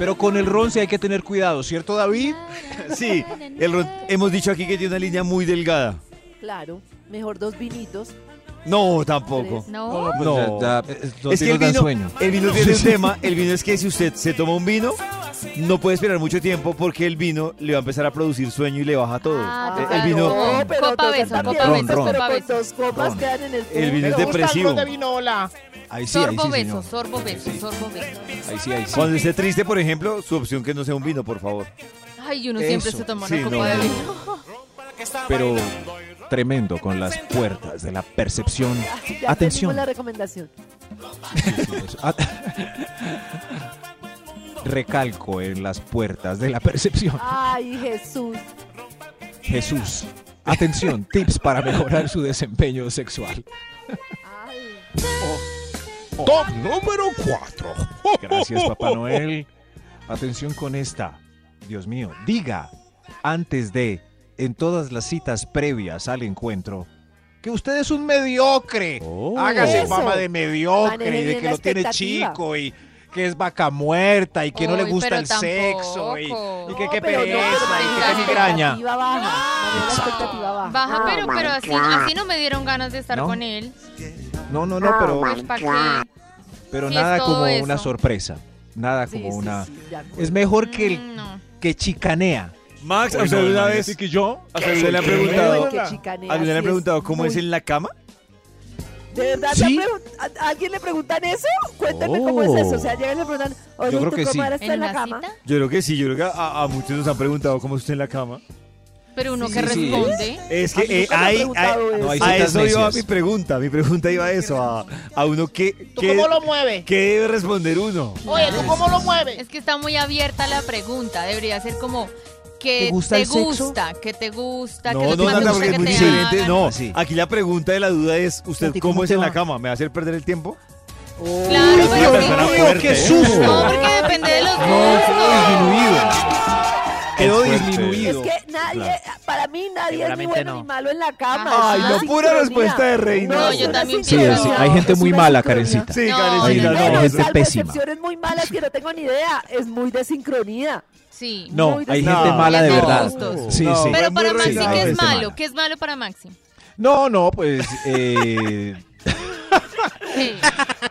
S5: Pero con el ron sí hay que tener cuidado, ¿cierto David?
S4: Sí, el ron- hemos dicho aquí que tiene una línea muy delgada.
S2: Claro, mejor dos vinitos.
S4: No, tampoco.
S2: Tres. No.
S5: pues
S4: No.
S5: ya- ya, eh, los
S4: es que el
S5: vinos dan
S4: vino,
S5: sueño.
S4: el vino tiene un
S5: Sí, sí.
S4: tema. El vino es que si usted se toma un vino, no puede esperar mucho tiempo porque el vino le va a empezar a producir sueño y le baja todo.
S2: Ah,
S4: Eh, el
S2: claro.
S4: vino.
S2: No, pero
S3: Copa
S2: toca
S3: beso,
S2: también
S4: copa
S2: besos,
S4: beso,
S2: pero
S4: copa
S2: con
S3: beso.
S2: dos copas quedan en el
S4: El vino es
S2: fondo.
S4: depresivo.
S26: vinola.
S5: Ahí sí, ahí
S3: Sorbo
S5: sí,
S3: beso,
S5: señor.
S3: sorbo beso, sorbo beso.
S5: Ahí sí, ahí sí.
S4: Cuando esté triste, por ejemplo, su opción que no sea un vino, por favor.
S3: Ay, uno siempre
S4: Eso,
S3: se toma
S4: sí,
S3: una copa
S4: no,
S3: de
S4: no.
S3: vino.
S5: pero tremendo con las puertas de la percepción.
S2: Ya tenemos
S5: Atención.
S2: la recomendación.
S5: a- Recalco en las puertas de la percepción.
S2: Ay, Jesús.
S5: Jesús. Atención, tips para mejorar su desempeño sexual.
S9: Top número 4.
S5: Gracias, Papá Noel. Atención con esta. Dios mío, diga antes de, en todas las citas previas al encuentro, que usted es un mediocre. Hágase
S7: Eso.
S5: fama de mediocre
S7: Maneje
S5: y de
S7: bien
S5: que
S7: la
S5: lo tiene
S7: expectativa.
S5: chico y que es vaca muerta y que no le
S7: Uy,
S5: gusta
S7: pero
S5: el sexo y, y que qué
S2: pero no,
S5: pereza
S2: pero
S5: y que
S2: la
S5: qué migraña.
S2: expectativa baja. La expectativa baja.
S3: Baja, pero,
S5: my
S3: pero así,
S5: God.
S3: así no me dieron ganas de estar
S5: ¿No?
S3: con él.
S5: No, no, no, pero,
S3: Pues, ¿pa' qué?
S5: pero
S3: Sí, es
S5: nada
S3: todo
S5: como
S3: eso.
S5: una sorpresa. Nada como una...
S2: de acuerdo.
S5: es mejor que
S3: Mm,
S5: el que chicanea.
S4: Max,
S5: Uy,
S4: ¿a usted
S5: no,
S4: alguna
S5: no,
S4: vez?
S5: es que yo-
S4: ¿A usted alguna le ha
S5: ¿Qué?
S4: preguntado?
S5: Ay, qué chicanea,
S4: ¿Alguna le ha
S5: sí,
S4: preguntado
S5: es
S4: cómo es
S5: muy-
S4: en la cama?
S2: ¿De verdad? te
S4: ¿Sí?
S2: han pregun- ¿A a alguien le preguntan eso? Cuéntame cómo es eso. O sea, llegan y le preguntan, oye,
S4: Yo creo
S2: ¿tú
S4: que
S2: cómo
S4: sí.
S2: eres
S3: ¿En
S2: en la
S3: una
S2: cama?
S4: Yo creo que sí, yo creo que a, a muchos nos han preguntado cómo es usted en la cama.
S3: Pero uno
S4: Sí,
S3: que
S4: sí,
S3: responde.
S4: Es que eh, hay- hay-
S26: eso.
S4: a
S26: No, hay citas
S4: eso iba
S26: necias.
S4: mi pregunta. Mi pregunta iba a eso, a, a uno que,
S26: ¿Tú
S4: que-
S26: cómo lo mueves?
S4: ¿Qué debe responder uno?
S26: Oye, ¿tú cómo lo mueves?
S3: Es que está muy abierta la pregunta. Debería ser como que
S4: ¿Te gusta
S3: te
S4: el sexo?
S3: gusta, que te gusta, que
S4: No,
S3: te
S4: no, Nata,
S3: gusta
S4: porque
S3: que
S4: es muy
S3: te
S4: diferente.
S3: hagan.
S4: No, aquí la pregunta de la duda es, ¿usted
S3: Nati, ¿cómo
S4: cómo es
S3: te
S4: en
S3: va?
S4: la cama? ¿Me va a hacer perder el tiempo?
S3: Claro,
S4: Una
S3: pero
S4: persona
S3: sí.
S4: fuerte, ¿eh?
S3: No, porque depende de los
S4: No,
S3: gustos.
S4: Quedó
S5: Es fuerte.
S2: Es
S4: disminuido.
S2: que nadie, para mí nadie es ni
S4: Seguramente
S2: bueno ni malo en la cama.
S4: Ay,
S2: Es
S4: no,
S2: una
S4: pura
S2: sincronía.
S4: respuesta de reina.
S2: No,
S4: No,
S2: yo
S4: yo
S2: también
S5: Sí, es- hay gente muy mala, Karencita.
S4: Sí,
S5: Hay,
S4: Karencita,
S5: hay
S4: no.
S5: gente pésima.
S2: excepciones muy malas que no tengo ni idea. Es muy de sincronía.
S3: Sí.
S5: No,
S2: Muy de
S5: hay
S2: sincronía.
S5: gente mala de
S3: No.
S5: verdad.
S3: Gustos.
S5: Sí, sí.
S3: Pero para Maxi,
S5: Sí, hay
S3: ¿qué es
S4: este
S5: gente
S3: malo?
S5: mala. pues,
S3: ¿Qué es malo para Maxi?
S5: No, no, pues eh,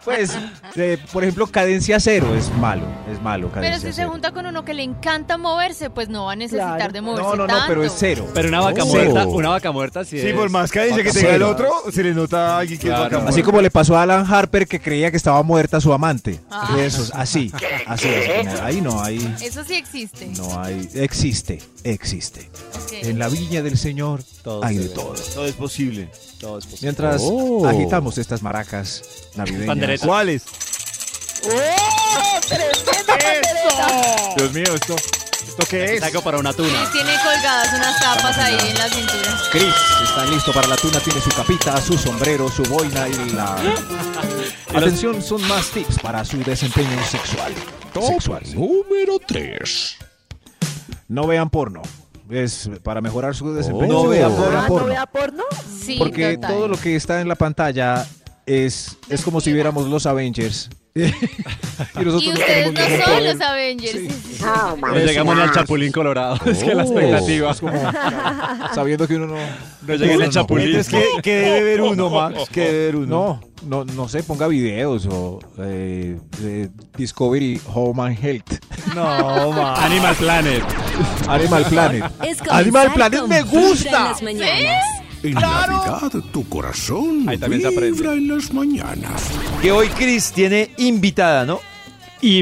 S5: Pues, eh, por ejemplo, cadencia cero es malo, es malo.
S3: Pero
S5: Cadencia
S3: si se
S5: cero.
S3: junta con uno que le encanta moverse, pues no va a necesitar de moverse
S5: No, no, no,
S3: tanto.
S5: pero es cero.
S6: Pero una vaca
S5: Cero.
S6: muerta, una vaca muerta sí
S12: Sí,
S6: es
S12: por más cadencia que
S5: Vaca
S12: tenga el
S5: cero.
S12: otro, se le nota a alguien que es vaca
S5: Así
S12: muerta.
S5: como le pasó a Alan Harper que creía que estaba muerta su amante. Eso, así, así, así como, ahí no, ahí
S3: Ah. Eso sí existe.
S5: no hay, existe, existe.
S3: Ok.
S5: En la viña del Señor hay de todo.
S12: Todo es posible.
S6: Todo es posible.
S5: Mientras
S12: Oh.
S5: agitamos estas maracas navideñas.
S6: Panderetas.
S5: ¿Cuáles?
S2: ¡Oh! ¡Tremenda pandereta!
S5: Dios mío, esto, ¿esto qué es?
S6: Oh. Saco para una
S3: Sí,
S6: tuna.
S3: tiene colgadas unas tapas ahí en la cintura.
S5: Chris está listo para la tuna, tiene su capita, su sombrero, su boina y la... Atención, son más tips para su desempeño sexual. sexual. Número 3. No vean porno. Es para mejorar su desempeño.
S12: No vean porno.
S2: Ah, ¿No vea porno?
S3: Sí,
S5: Porque todo lo que está en la pantalla es, es como si viéramos los Avengers. y nosotros
S3: Y
S5: no
S3: ustedes
S5: tenemos
S3: no
S5: ningún
S3: son
S5: poder.
S3: los Avengers. sí, sí.
S6: Nos llegamos ni al Chapulín Colorado. Es
S5: Oh.
S6: que la expectativa.
S5: Es como sabiendo que uno no.
S6: No llegué ni al Chapulín.
S12: Entonces, ¿qué, qué debe ver uno, Max? ¿Qué debe ver uno?
S5: No, no, no sé, ponga videos o eh, eh, Discovery Home and Health.
S12: No, Max.
S6: Oh, Animal Planet.
S5: Animal Planet.
S1: Es comenzar
S5: Animal Planet
S1: con
S5: me
S1: Vibra en
S5: gusta.
S1: las mañanas.
S15: En Navidad tu corazón
S6: Ahí también se aprende.
S15: vibra en las mañanas.
S12: Que hoy Chris tiene invitada, ¿no?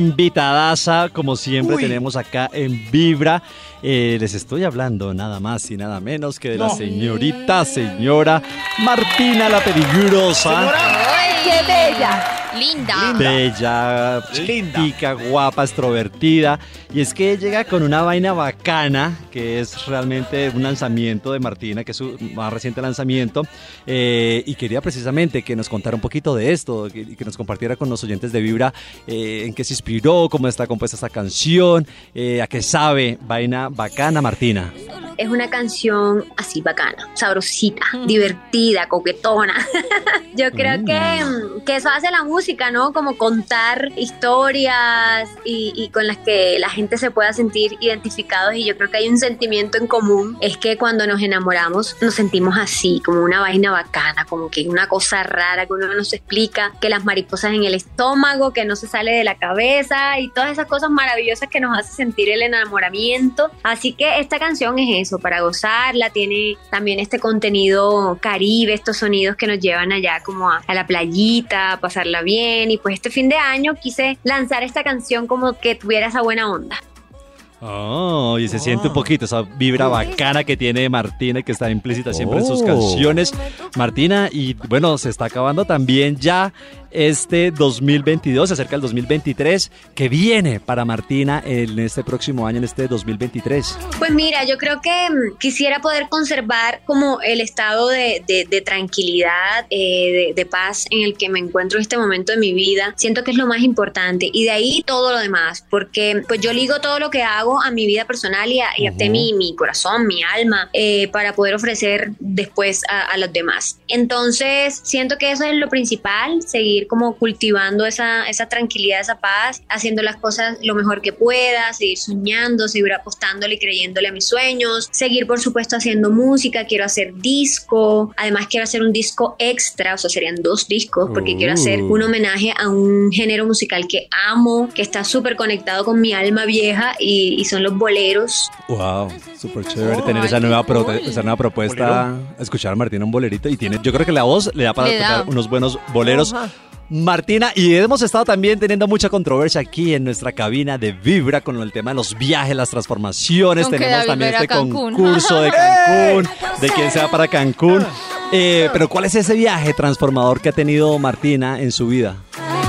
S6: Invitadaza, como siempre
S12: Uy.
S6: tenemos acá en Vibra. Eh, les estoy hablando nada más y nada menos que de la señorita, señora Martina la Perigurosa.
S3: ¡Ay,
S2: ¡Qué bella!
S3: Linda.
S6: Bella, chiquitica, guapa, extrovertida. Y es que llega con una vaina bacana, que es realmente un lanzamiento de Martina, que es su más reciente lanzamiento. Eh, y quería precisamente que nos contara un poquito de esto que- y que nos compartiera con los oyentes de Vibra eh, en qué se inspiró, cómo está compuesta esta canción, eh, a qué sabe. Vaina bacana, Martina.
S20: Es una canción así bacana, sabrosita, divertida, coquetona. Yo creo que, mm, que eso hace la música, ¿no? Como contar historias y, y con las que la gente se pueda sentir identificados. Y yo creo que hay un sentimiento en común. Es que cuando nos enamoramos nos sentimos así, como una vaina bacana, como que una cosa rara que uno no se explica, que las mariposas en el estómago, que no se sale de la cabeza y todas esas cosas maravillosas que nos hace sentir el enamoramiento. Así que esta canción es eso, para gozarla, tiene también este contenido caribe, estos sonidos que nos llevan allá como a, a la playita, a pasarla bien. Y pues este fin de año quise lanzar esta canción como que tuviera esa buena onda.
S6: Oh, y se
S3: Ah.
S6: siente un poquito esa vibra bacana que tiene Martina y que está implícita siempre en
S3: Oh.
S6: sus canciones. Martina, y bueno, se está acabando también ya este 2022, se acerca el 2023, que viene para Martina en este próximo año, en este 2023.
S20: Pues mira, yo creo que mm, quisiera poder conservar como el estado de, de- de tranquilidad, eh, de, de paz en el que me encuentro en este momento de mi vida. Siento que es lo más importante y de ahí todo lo demás, porque pues yo ligo todo lo que hago a mi vida personal y a, y a mi, mi corazón, mi alma, eh, para poder ofrecer después a, a los demás. Entonces, siento que eso es lo principal, seguir como cultivando esa, esa tranquilidad, esa paz, haciendo las cosas lo mejor que pueda, seguir soñando, seguir apostándole y creyéndole a mis sueños, seguir por supuesto haciendo música, quiero hacer disco, además quiero hacer un disco extra, o sea, serían dos discos, porque quiero hacer
S6: Uh.
S20: un homenaje a un género musical que amo, que está súper conectado con mi alma vieja y- y son los boleros.
S6: Wow, súper chévere tener esa nueva, prote- esa nueva propuesta, escuchar a Martina un bolerito y tiene, yo creo que la voz le da para
S3: Le da.
S6: tocar unos buenos boleros. Martina, y hemos estado también teniendo mucha controversia aquí en nuestra cabina de Vibra con el tema de los viajes, las transformaciones.
S3: Con que David
S6: Tenemos también
S3: era
S6: este
S3: Cancún.
S6: concurso de Cancún, de quién se va para Cancún. Eh, pero ¿cuál es ese viaje transformador que ha tenido Martina en su vida?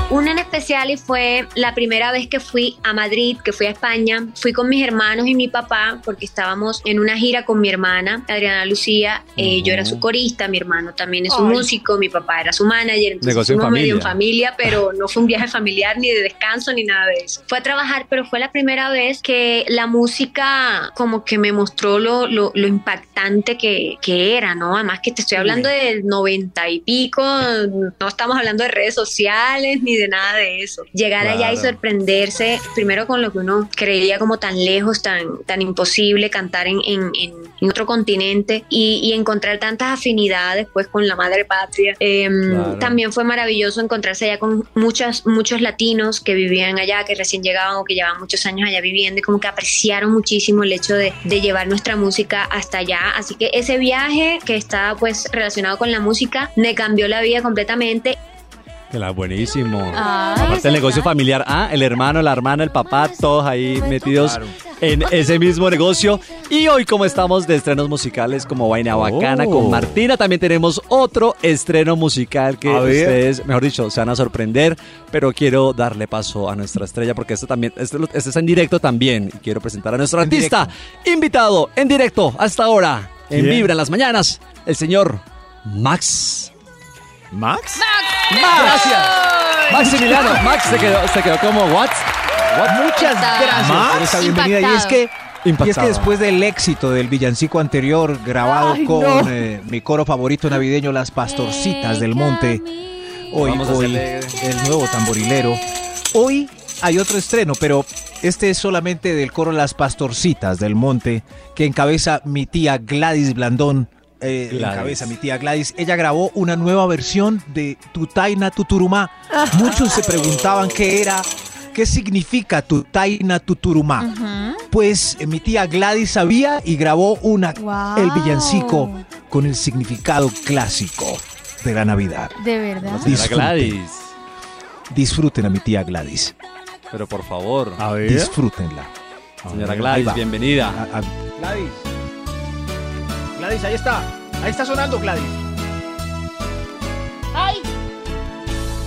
S20: Una en especial y fue la primera vez que fui a Madrid, que fui a España. Fui con mis hermanos y mi papá porque estábamos en una gira con mi hermana, Adriana Lucía. Eh, Yo era su corista, mi hermano también es un músico, mi papá era su manager. Entonces
S6: Negocio en
S20: fuimos medio en
S6: familia.
S20: familia, pero no fue un viaje familiar ni de descanso ni nada de eso. Fue a trabajar, pero fue la primera vez que la música como que me mostró lo, lo, lo impactante que, que era, ¿no? Además que te estoy hablando del noventa y pico, no estamos hablando de redes sociales ni de nada de de eso. Llegar allá y
S27: Claro.
S20: sorprenderse, primero con lo que uno creía como tan lejos, tan, tan imposible, cantar en, en- en- en otro continente y, y encontrar tantas afinidades pues con la madre patria. Em,
S27: Claro.
S20: También fue maravilloso encontrarse allá con muchas, muchos latinos que vivían allá, que recién llegaban o que llevaban muchos años allá viviendo y como que apreciaron muchísimo el hecho de, de llevar nuestra música hasta allá. Así que ese viaje que está pues relacionado con la música me cambió la vida completamente
S6: Claro, buenísimo.
S20: Ah.
S6: Aparte el negocio familiar, ah, el hermano, la hermana, el papá, todos ahí metidos en ese mismo negocio. Y hoy como estamos de estrenos musicales como Vaina Bacana
S5: Oh.
S6: con Martina, también tenemos otro estreno musical que
S5: A ver.
S6: ustedes, mejor dicho, se van a sorprender, pero quiero darle paso a nuestra estrella porque este también, este, lo- este está en directo también. Y quiero presentar a nuestro artista invitado en directo hasta ahora en
S5: ¿Quién?
S6: Vibra en las mañanas, el señor Max. Max.
S4: ¿Max?
S6: Gracias. Maximiliano, Max se quedó, se quedó como what?
S5: Muchas gracias por esa bienvenida. Y es que, y es que
S6: Impactado.
S5: después del éxito del villancico anterior, grabado
S6: Ay,
S5: con
S6: no.
S5: eh, mi coro favorito navideño, Las Pastorcitas del Monte, hoy,
S6: Vamos a
S5: hoy
S6: hacerle-
S5: el nuevo tamborilero. Hoy hay otro estreno, pero este es solamente del coro Las Pastorcitas del Monte, que encabeza mi tía Gladys Blandón. eh,
S6: Gladys.
S5: Encabeza mi tía Gladys. Ella grabó una nueva versión de Tutaina Tuturumá. Muchos se preguntaban qué era, qué significa Tutaina Tuturumá. Pues eh, mi tía Gladys sabía y grabó una el villancico con el significado clásico de la Navidad.
S11: De verdad.
S5: Disfruten. Disfruten a mi tía Gladys.
S6: Pero por favor,
S5: Disfrútenla.
S6: Señora
S5: Ahí
S6: Gladys,
S5: va.
S6: bienvenida.
S5: A- a-
S9: Gladys. Gladys, ahí está. Ahí está sonando Gladys.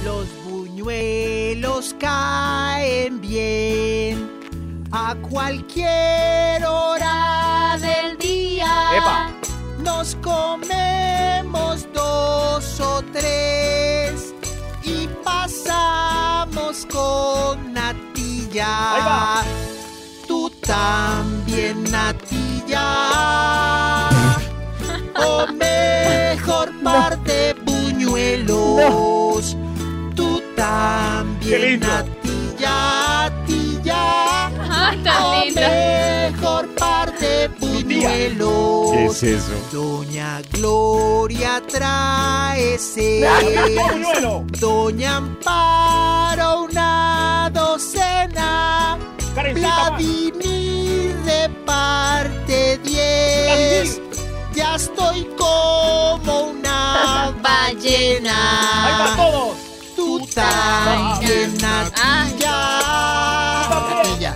S7: Los buñuelos caen bien a cualquier hora del día.
S9: Epa.
S7: Nos comemos dos o tres y pasamos con natilla. Tú también natilla. O mejor par de buñuelos. Tú también natilla, tilla.
S11: tan
S7: O
S11: lindo.
S7: mejor par de buñuelos.
S4: ¿Qué es eso?
S7: Doña Gloria trae seis.
S9: Buñuelo.
S7: Doña Amparo una docena. Vladimir de parte diez. Ya estoy como una ballena.
S9: Ahí va todos.
S7: Tú también natilla. Natilla.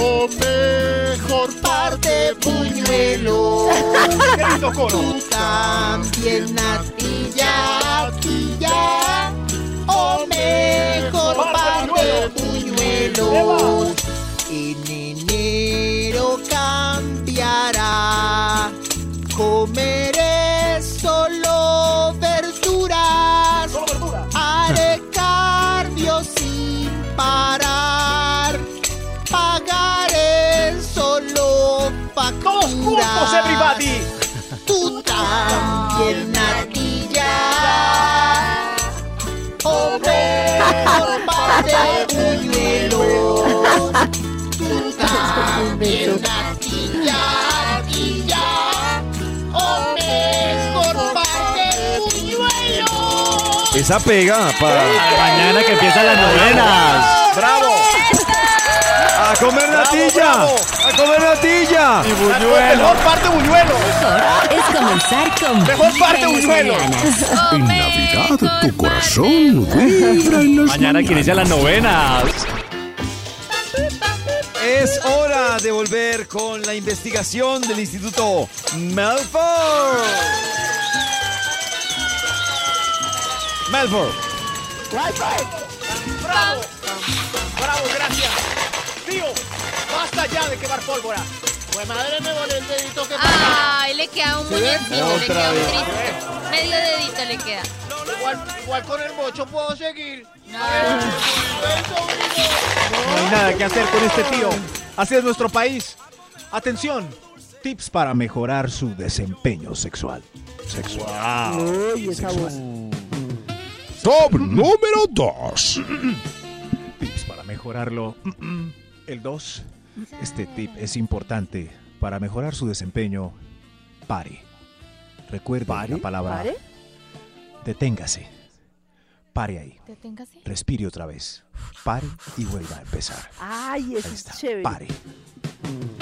S7: O mejor parte buñuelo. Tú también natilla, natilla. O mejor parte buñuelo. En enero cambiará. Comeré solo verduras. Haré cardio sin parar. Pagaré solo facturas. Todos
S9: juntos, everybody.
S7: Tú también natilla. O mejor parte buñuelo. Tú también natilla, natilla. O mejor parte buñuelo.
S4: Esa pega para
S6: mañana que empiezan las novenas.
S4: ¡Bravo! ¡A comer natilla! ¡A comer natilla! ¡Y
S9: Mejor parte buñuelo.
S1: Es comenzar con
S9: Mejor parte
S1: Vibra en las
S9: buñuelo.
S1: mañanas.
S3: En Navidad tu corazón vibra en las
S6: Mañana que inicia las novenas.
S4: Es hora de volver con la investigación del Instituto Melford. Melford.
S9: Bravo. Bravo, gracias. Tío, basta ya de quemar pólvora. Pues madre me volé el dedito que
S11: Ay, le queda un
S9: ¿Se ve?
S11: muñequito, le
S9: Otra
S11: queda un
S9: vez.
S11: trito. Medio dedito le queda.
S28: Igual, igual con el bocho puedo seguir.
S9: No hay nada que hacer con este tío. Así es nuestro país. Atención.
S5: Tips para mejorar su desempeño sexual. Sexual.
S3: Top número 2.
S5: mejorarlo. El 2. Este tip es importante para mejorar su desempeño. Pare. Recuerde la palabra.
S3: ¿Pare?
S5: Deténgase. Pare ahí.
S3: ¿Te tengas así?
S5: Respire otra vez. Pare y vuelva a empezar.
S2: Ay, eso es chévere.
S5: Pare.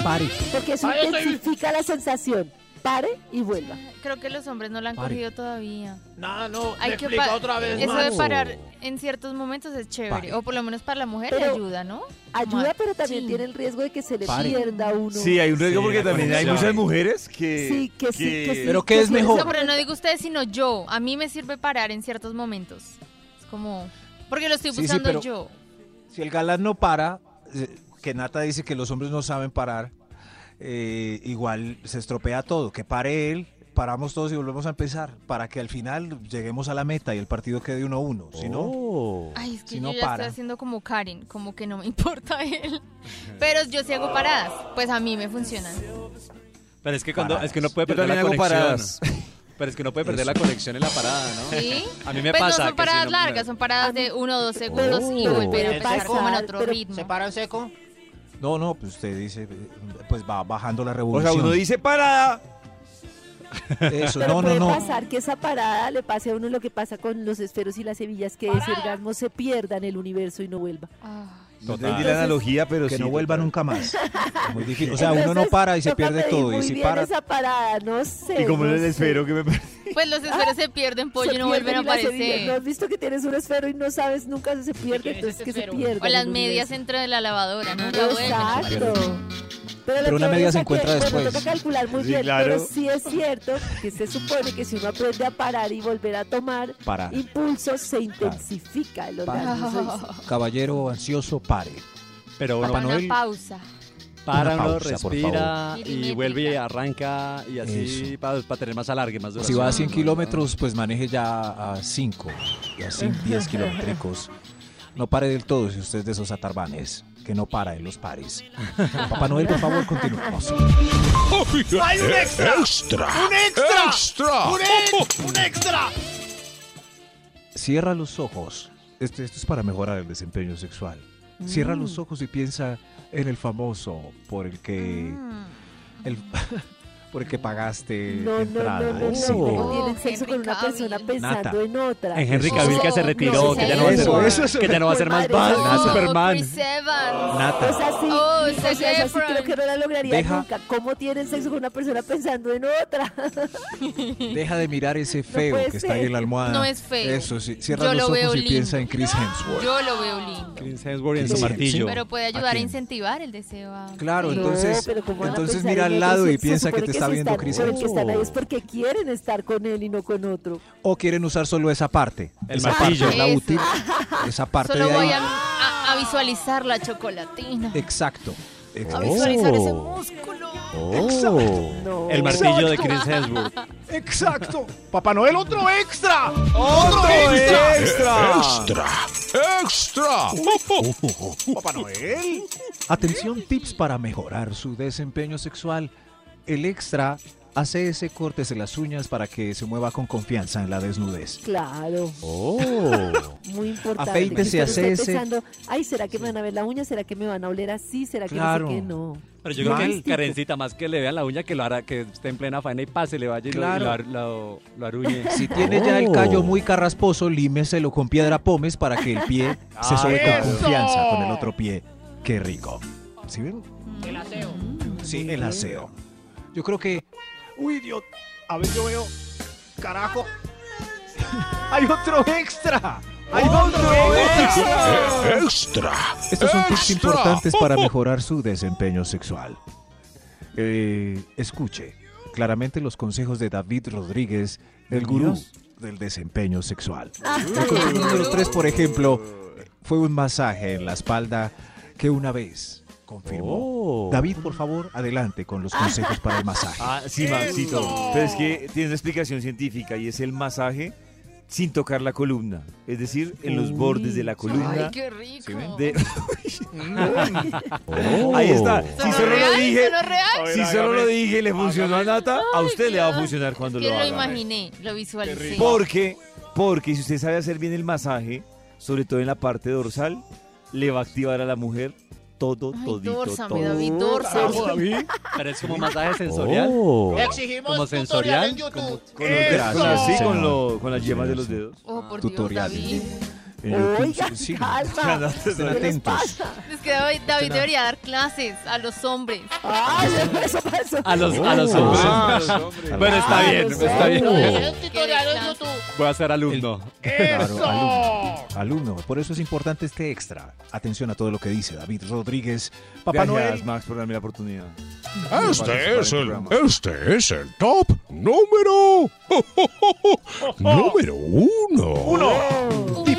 S5: Pare.
S2: Porque eso
S3: Ahí estoy.
S2: intensifica la sensación. Pare y vuelva.
S3: Creo que los hombres no la han
S2: Pare.
S3: cogido todavía.
S29: Nada, no.
S3: Hay que
S29: explica
S3: pa-
S29: otra vez,
S3: Eso
S29: Max.
S3: de parar en ciertos momentos es chévere.
S2: Pare.
S3: O por lo menos para la mujer le
S2: Pero-
S3: ayuda, ¿no?
S2: Ayuda,
S3: Mar-
S2: pero también
S3: sí.
S2: tiene el riesgo de que se le
S3: Pare.
S2: pierda uno.
S4: Sí, hay un riesgo porque también hay muchas mujeres que.
S2: Sí, que sí, que sí,
S5: Pero ¿qué es mejor?
S3: No, pero no digo ustedes, sino yo. A mí me sirve parar en ciertos momentos. Es como... Porque lo estoy
S5: Sí, sí,
S3: buscando
S5: pero-
S3: yo.
S5: Si el galán no para, eh, que Nata dice que los hombres no saben parar, eh, igual se estropea todo. Que pare él, paramos todos y volvemos a empezar para que al final lleguemos a la meta y el partido quede 1-1. Si
S4: Oh.
S5: no,
S3: Ay, es que
S5: si
S3: yo
S5: no
S3: ya
S5: para.
S3: estoy haciendo como Karen, como que no me importa él. Pero yo sí hago paradas, pues a mí me funcionan.
S6: Pero es que cuando
S30: Paradas.
S6: es que no puede
S30: Yo
S6: perder la
S30: también hago paradas.
S6: conexión. Pero es que no puede perder
S30: Eso.
S6: la conexión en la parada, ¿no?
S3: ¿Sí?
S6: A mí me
S3: pues
S6: pasa
S3: no
S6: que si
S3: son paradas
S6: no-
S3: largas, son paradas de uno o dos segundos y
S5: Oh.
S3: volver a
S5: Pero
S3: empezar como en
S5: pasar,
S3: otro
S5: pero-
S3: ritmo.
S29: ¿Se paran seco?
S5: No, no, pues usted dice, eh, pues va bajando la
S4: O
S5: revolución.
S4: sea, uno dice parada.
S5: Eso,
S2: Pero
S5: no, no,
S2: puede
S5: no.
S2: pasar que esa parada le pase a uno lo que pasa con los esferos y las semillas, que ese orgasmo se pierda en el universo y no vuelva.
S5: Ah.
S4: No entendí la analogía, pero
S5: que
S4: sí,
S5: no vuelva
S4: total.
S5: nunca más. Muy difícil. O sea, uno no
S2: Entonces,
S5: para y se
S2: toca
S5: pierde
S2: medir
S5: todo. Y
S2: muy
S5: si
S2: bien
S5: para.
S2: esa parada, no sé.
S4: Y como
S2: no
S4: en el
S2: sé.
S4: esfero que me
S3: Pues los esferos se pierden, pollo,
S2: Se
S3: y no vuelven a
S2: pierden y las semillas- ¿No
S3: aparecer.
S2: has visto que tienes un esfero y no sabes nunca si se pierde? Entonces que se pierde.
S3: O las medias dentro de la lavadora, ¿no? Ya vuelven.
S2: Exacto. Pero, lo
S5: Pero una
S2: que
S5: media
S2: es a
S5: se
S2: que-
S5: encuentra
S2: bueno,
S5: después.
S2: toca calcular muy
S5: Sí,
S2: bien,
S5: claro.
S2: pero sí es cierto que se supone que si uno aprende a parar y volver a tomar
S5: Parar.
S2: impulsos, se intensifica el orgasmo.
S3: Parar.
S2: se dice.
S5: Caballero ansioso, pare.
S6: Pero
S3: Para
S6: Papá
S3: una
S6: Noel
S3: pausa.
S6: para,
S5: Una
S6: uno
S5: pausa, por
S6: respira
S5: favor.
S6: y vuelve y arranca y así para, para tener más alargue, más
S5: Si
S6: duración.
S5: va a 100 kilómetros, pues maneje ya a 5 y así 10 kilómetros. No pare del todo si usted es de esos atarbanes que no para en los pares. Papá Noel, por favor,
S11: Ah,
S5: continuemos.
S7: ¡Hay un extra!
S5: ¡Extra!
S7: ¡Un extra!
S5: ¡Extra!
S7: ¡Un, ex- un extra!
S5: Cierra los ojos. Este- esto es para mejorar el desempeño sexual. Cierra
S30: Mm.
S5: los ojos y piensa en el famoso por el que. El, por el que pagaste
S2: No, no,
S5: entrada.
S2: no, no, no,
S5: Sí.
S2: porque tienen sexo con una persona pensando
S5: Nata.
S2: en otra.
S6: En Henry Cavill que se retiró, que ya no va a ser,
S5: Eso, eso, eso.
S6: que ya no va a ser más
S2: Madre,
S6: Batman,
S2: eso sí.
S6: Superman. Nata.
S2: O sea, sí,
S3: Oh,
S2: o sea,
S3: se
S2: esa sí
S3: separan.
S2: creo que no la lograría
S5: Deja-
S2: nunca. ¿Cómo tienen sexo con una persona pensando en otra?
S5: Deja de mirar ese feo
S2: puede
S5: que está ahí en la
S2: ser.
S5: almohada.
S3: No es feo.
S5: Eso sí. Cierra
S3: Yo
S5: los
S3: lo
S5: ojos
S3: veo
S5: y
S3: lindo.
S5: piensa en Chris Hemsworth.
S3: Yo lo veo lindo.
S6: Chris Hemsworth en
S5: Sí,
S6: su
S5: sí,
S6: martillo.
S5: sí.
S3: Pero puede
S5: ¿A
S3: ayudar a,
S5: quién?
S3: incentivar el deseo. a-
S5: Claro,
S3: Sí.
S5: entonces,
S2: pero ¿cómo van a
S5: entonces
S2: pensar
S5: mira
S2: en
S5: al
S2: eso?
S5: lado
S2: Se-
S5: y
S2: se
S5: piensa que
S2: supone
S5: te está
S2: si
S5: viendo
S2: están-
S5: Chris
S2: pero el que están ahí es
S5: Hemsworth.
S2: porque quieren estar con él y no con otro.
S5: O quieren usar solo esa parte.
S6: El
S5: esa
S6: martillo.
S5: Parte, es la
S3: Eso.
S5: útil. Esa parte
S3: Solo
S5: de ahí.
S3: voy a, a- a visualizar la chocolatina.
S5: Exacto.
S3: A Oh.
S5: exacto. Oh.
S3: visualizar ese músculo.
S5: Exacto.
S6: El martillo de
S5: Exacto.
S6: Chris Hemsworth.
S5: Exacto.
S9: Papá Noel, otro extra.
S7: ¡Otro extra!
S5: Extra.
S7: ¡Extra!
S9: Papá Noel.
S5: Atención, tips para mejorar su desempeño sexual. El extra hace ese cortes en las uñas para que se mueva con confianza en la desnudez.
S2: Claro.
S3: Oh.
S2: Muy importante.
S5: Afeítese,
S2: Que usted esté
S5: hace ese-
S2: pensando, ay, ¿será que me van a ver la uña? ¿Será que me van a oler así? ¿Será que
S5: Claro.
S2: no sé qué? No.
S6: Pero yo creo que
S5: Mal.
S6: Karencita, más que le vean la uña, que lo hará, que esté en plena faena y pase, le vaya y lo-
S5: Claro.
S6: y lo, lo- lo aruñe.
S5: Si tiene ya el
S6: Oh.
S5: callo muy carrasposo, límeselo con piedra pómez para que el pie se
S6: Ah,
S5: sobe con
S6: eso.
S5: confianza con el otro pie. Qué rico. ¿Sí ven?
S29: El aseo.
S5: Sí, el aseo. Yo creo que
S9: Uy, Dios. A ver, yo veo. Carajo. Hay otro extra. Hay otro extra.
S7: ¡Extra!
S5: Estos son tips
S7: ¡Extra!
S5: importantes para mejorar su desempeño sexual. Eh, escuche claramente los consejos de David Rodríguez, el gurú del desempeño sexual.
S4: Ah,
S5: El consejo número 3, por ejemplo, fue un masaje en la espalda que una vez confirmó. David, por favor, adelante con los consejos para el masaje.
S4: Oh. Ah, sí, Maxito. Pero es que tiene una explicación científica y es el masaje sin tocar la columna. Es decir, en los bordes de la columna.
S3: Ay, qué rico.
S4: ¿Sí ven? De- Ahí está. Si
S3: Sonó
S4: solo lo
S3: real,
S4: dije.
S3: sonó real.
S4: Si solo lo dije y le funcionó a Nata, a usted le va a funcionar cuando
S3: Yo
S4: lo
S3: lo
S4: haga.
S3: imaginé, lo visualicé.
S4: Porque, porque si usted sabe hacer bien el masaje, sobre todo en la parte dorsal, le va a activar a la mujer todo,
S3: Ay,
S4: todito,
S2: Oh.
S3: dórzame,
S4: todo.
S3: David, dórzame.
S6: Bravo, David. Pero es como masaje sensorial.
S4: Oh.
S7: Exigimos
S6: como
S7: tutorial
S6: sensorial.
S7: en YouTube.
S4: Con los brazos, así, con, lo- con las yemas de los dedos.
S3: Oh, por
S4: Tutoriales.
S3: Dios,
S4: En
S6: Eh,
S3: David.
S4: YouTube, sí,
S31: calma.
S4: estén
S31: ¿Qué les
S4: atentos.
S31: pasa?
S3: Es que David, David
S4: Suena-
S3: debería dar clases a los hombres.
S31: Ay, eso pasó.
S6: A los, a
S4: Oh.
S6: los hombres. Bueno, está
S31: Ah,
S6: bien,
S31: los
S6: está bien.
S31: hombres.
S6: Voy a ser alumno.
S5: Claro, alumno, alumno. Por eso es importante este extra. Atención a todo lo que dice David Rodríguez. Papá
S4: Gracias,
S5: Noel.
S4: Max, por darme la oportunidad.
S9: Este es el, este es el top número. número uno.
S5: Tip,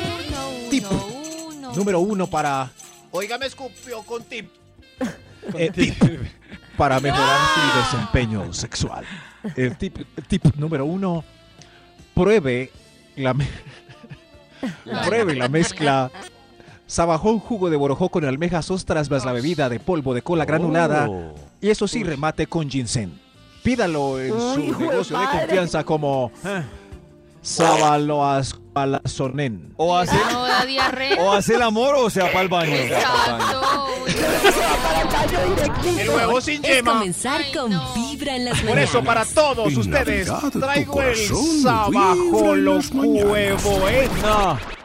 S5: tip. Número uno para,
S7: Oiga, me escupió con tip.
S5: eh, tip para mejorar su desempeño sexual. El tip, tip número uno. Pruebe la, me- pruebe la mezcla. Sabajón, jugo de borojó con almejas, ostras, más la bebida de polvo de cola granulada.
S32: Oh.
S5: Y eso sí, remate con ginseng. Pídalo en
S32: Uy,
S5: su
S32: hijo de
S5: negocio de
S32: madre.
S5: confianza como Sabaloazpalazonen.
S4: O hace,
S3: No da diarrea.
S4: o hace el amor o se va para el baño.
S1: El
S7: huevo sin
S1: Es
S7: yema.
S1: comenzar con vibra en las mañanas.
S7: Por eso, para todos
S1: En
S7: ustedes,
S1: Navidad, tu
S7: traigo el
S1: corazón vibra en las
S7: sabajolo
S1: mañanas.
S7: huevo. eh.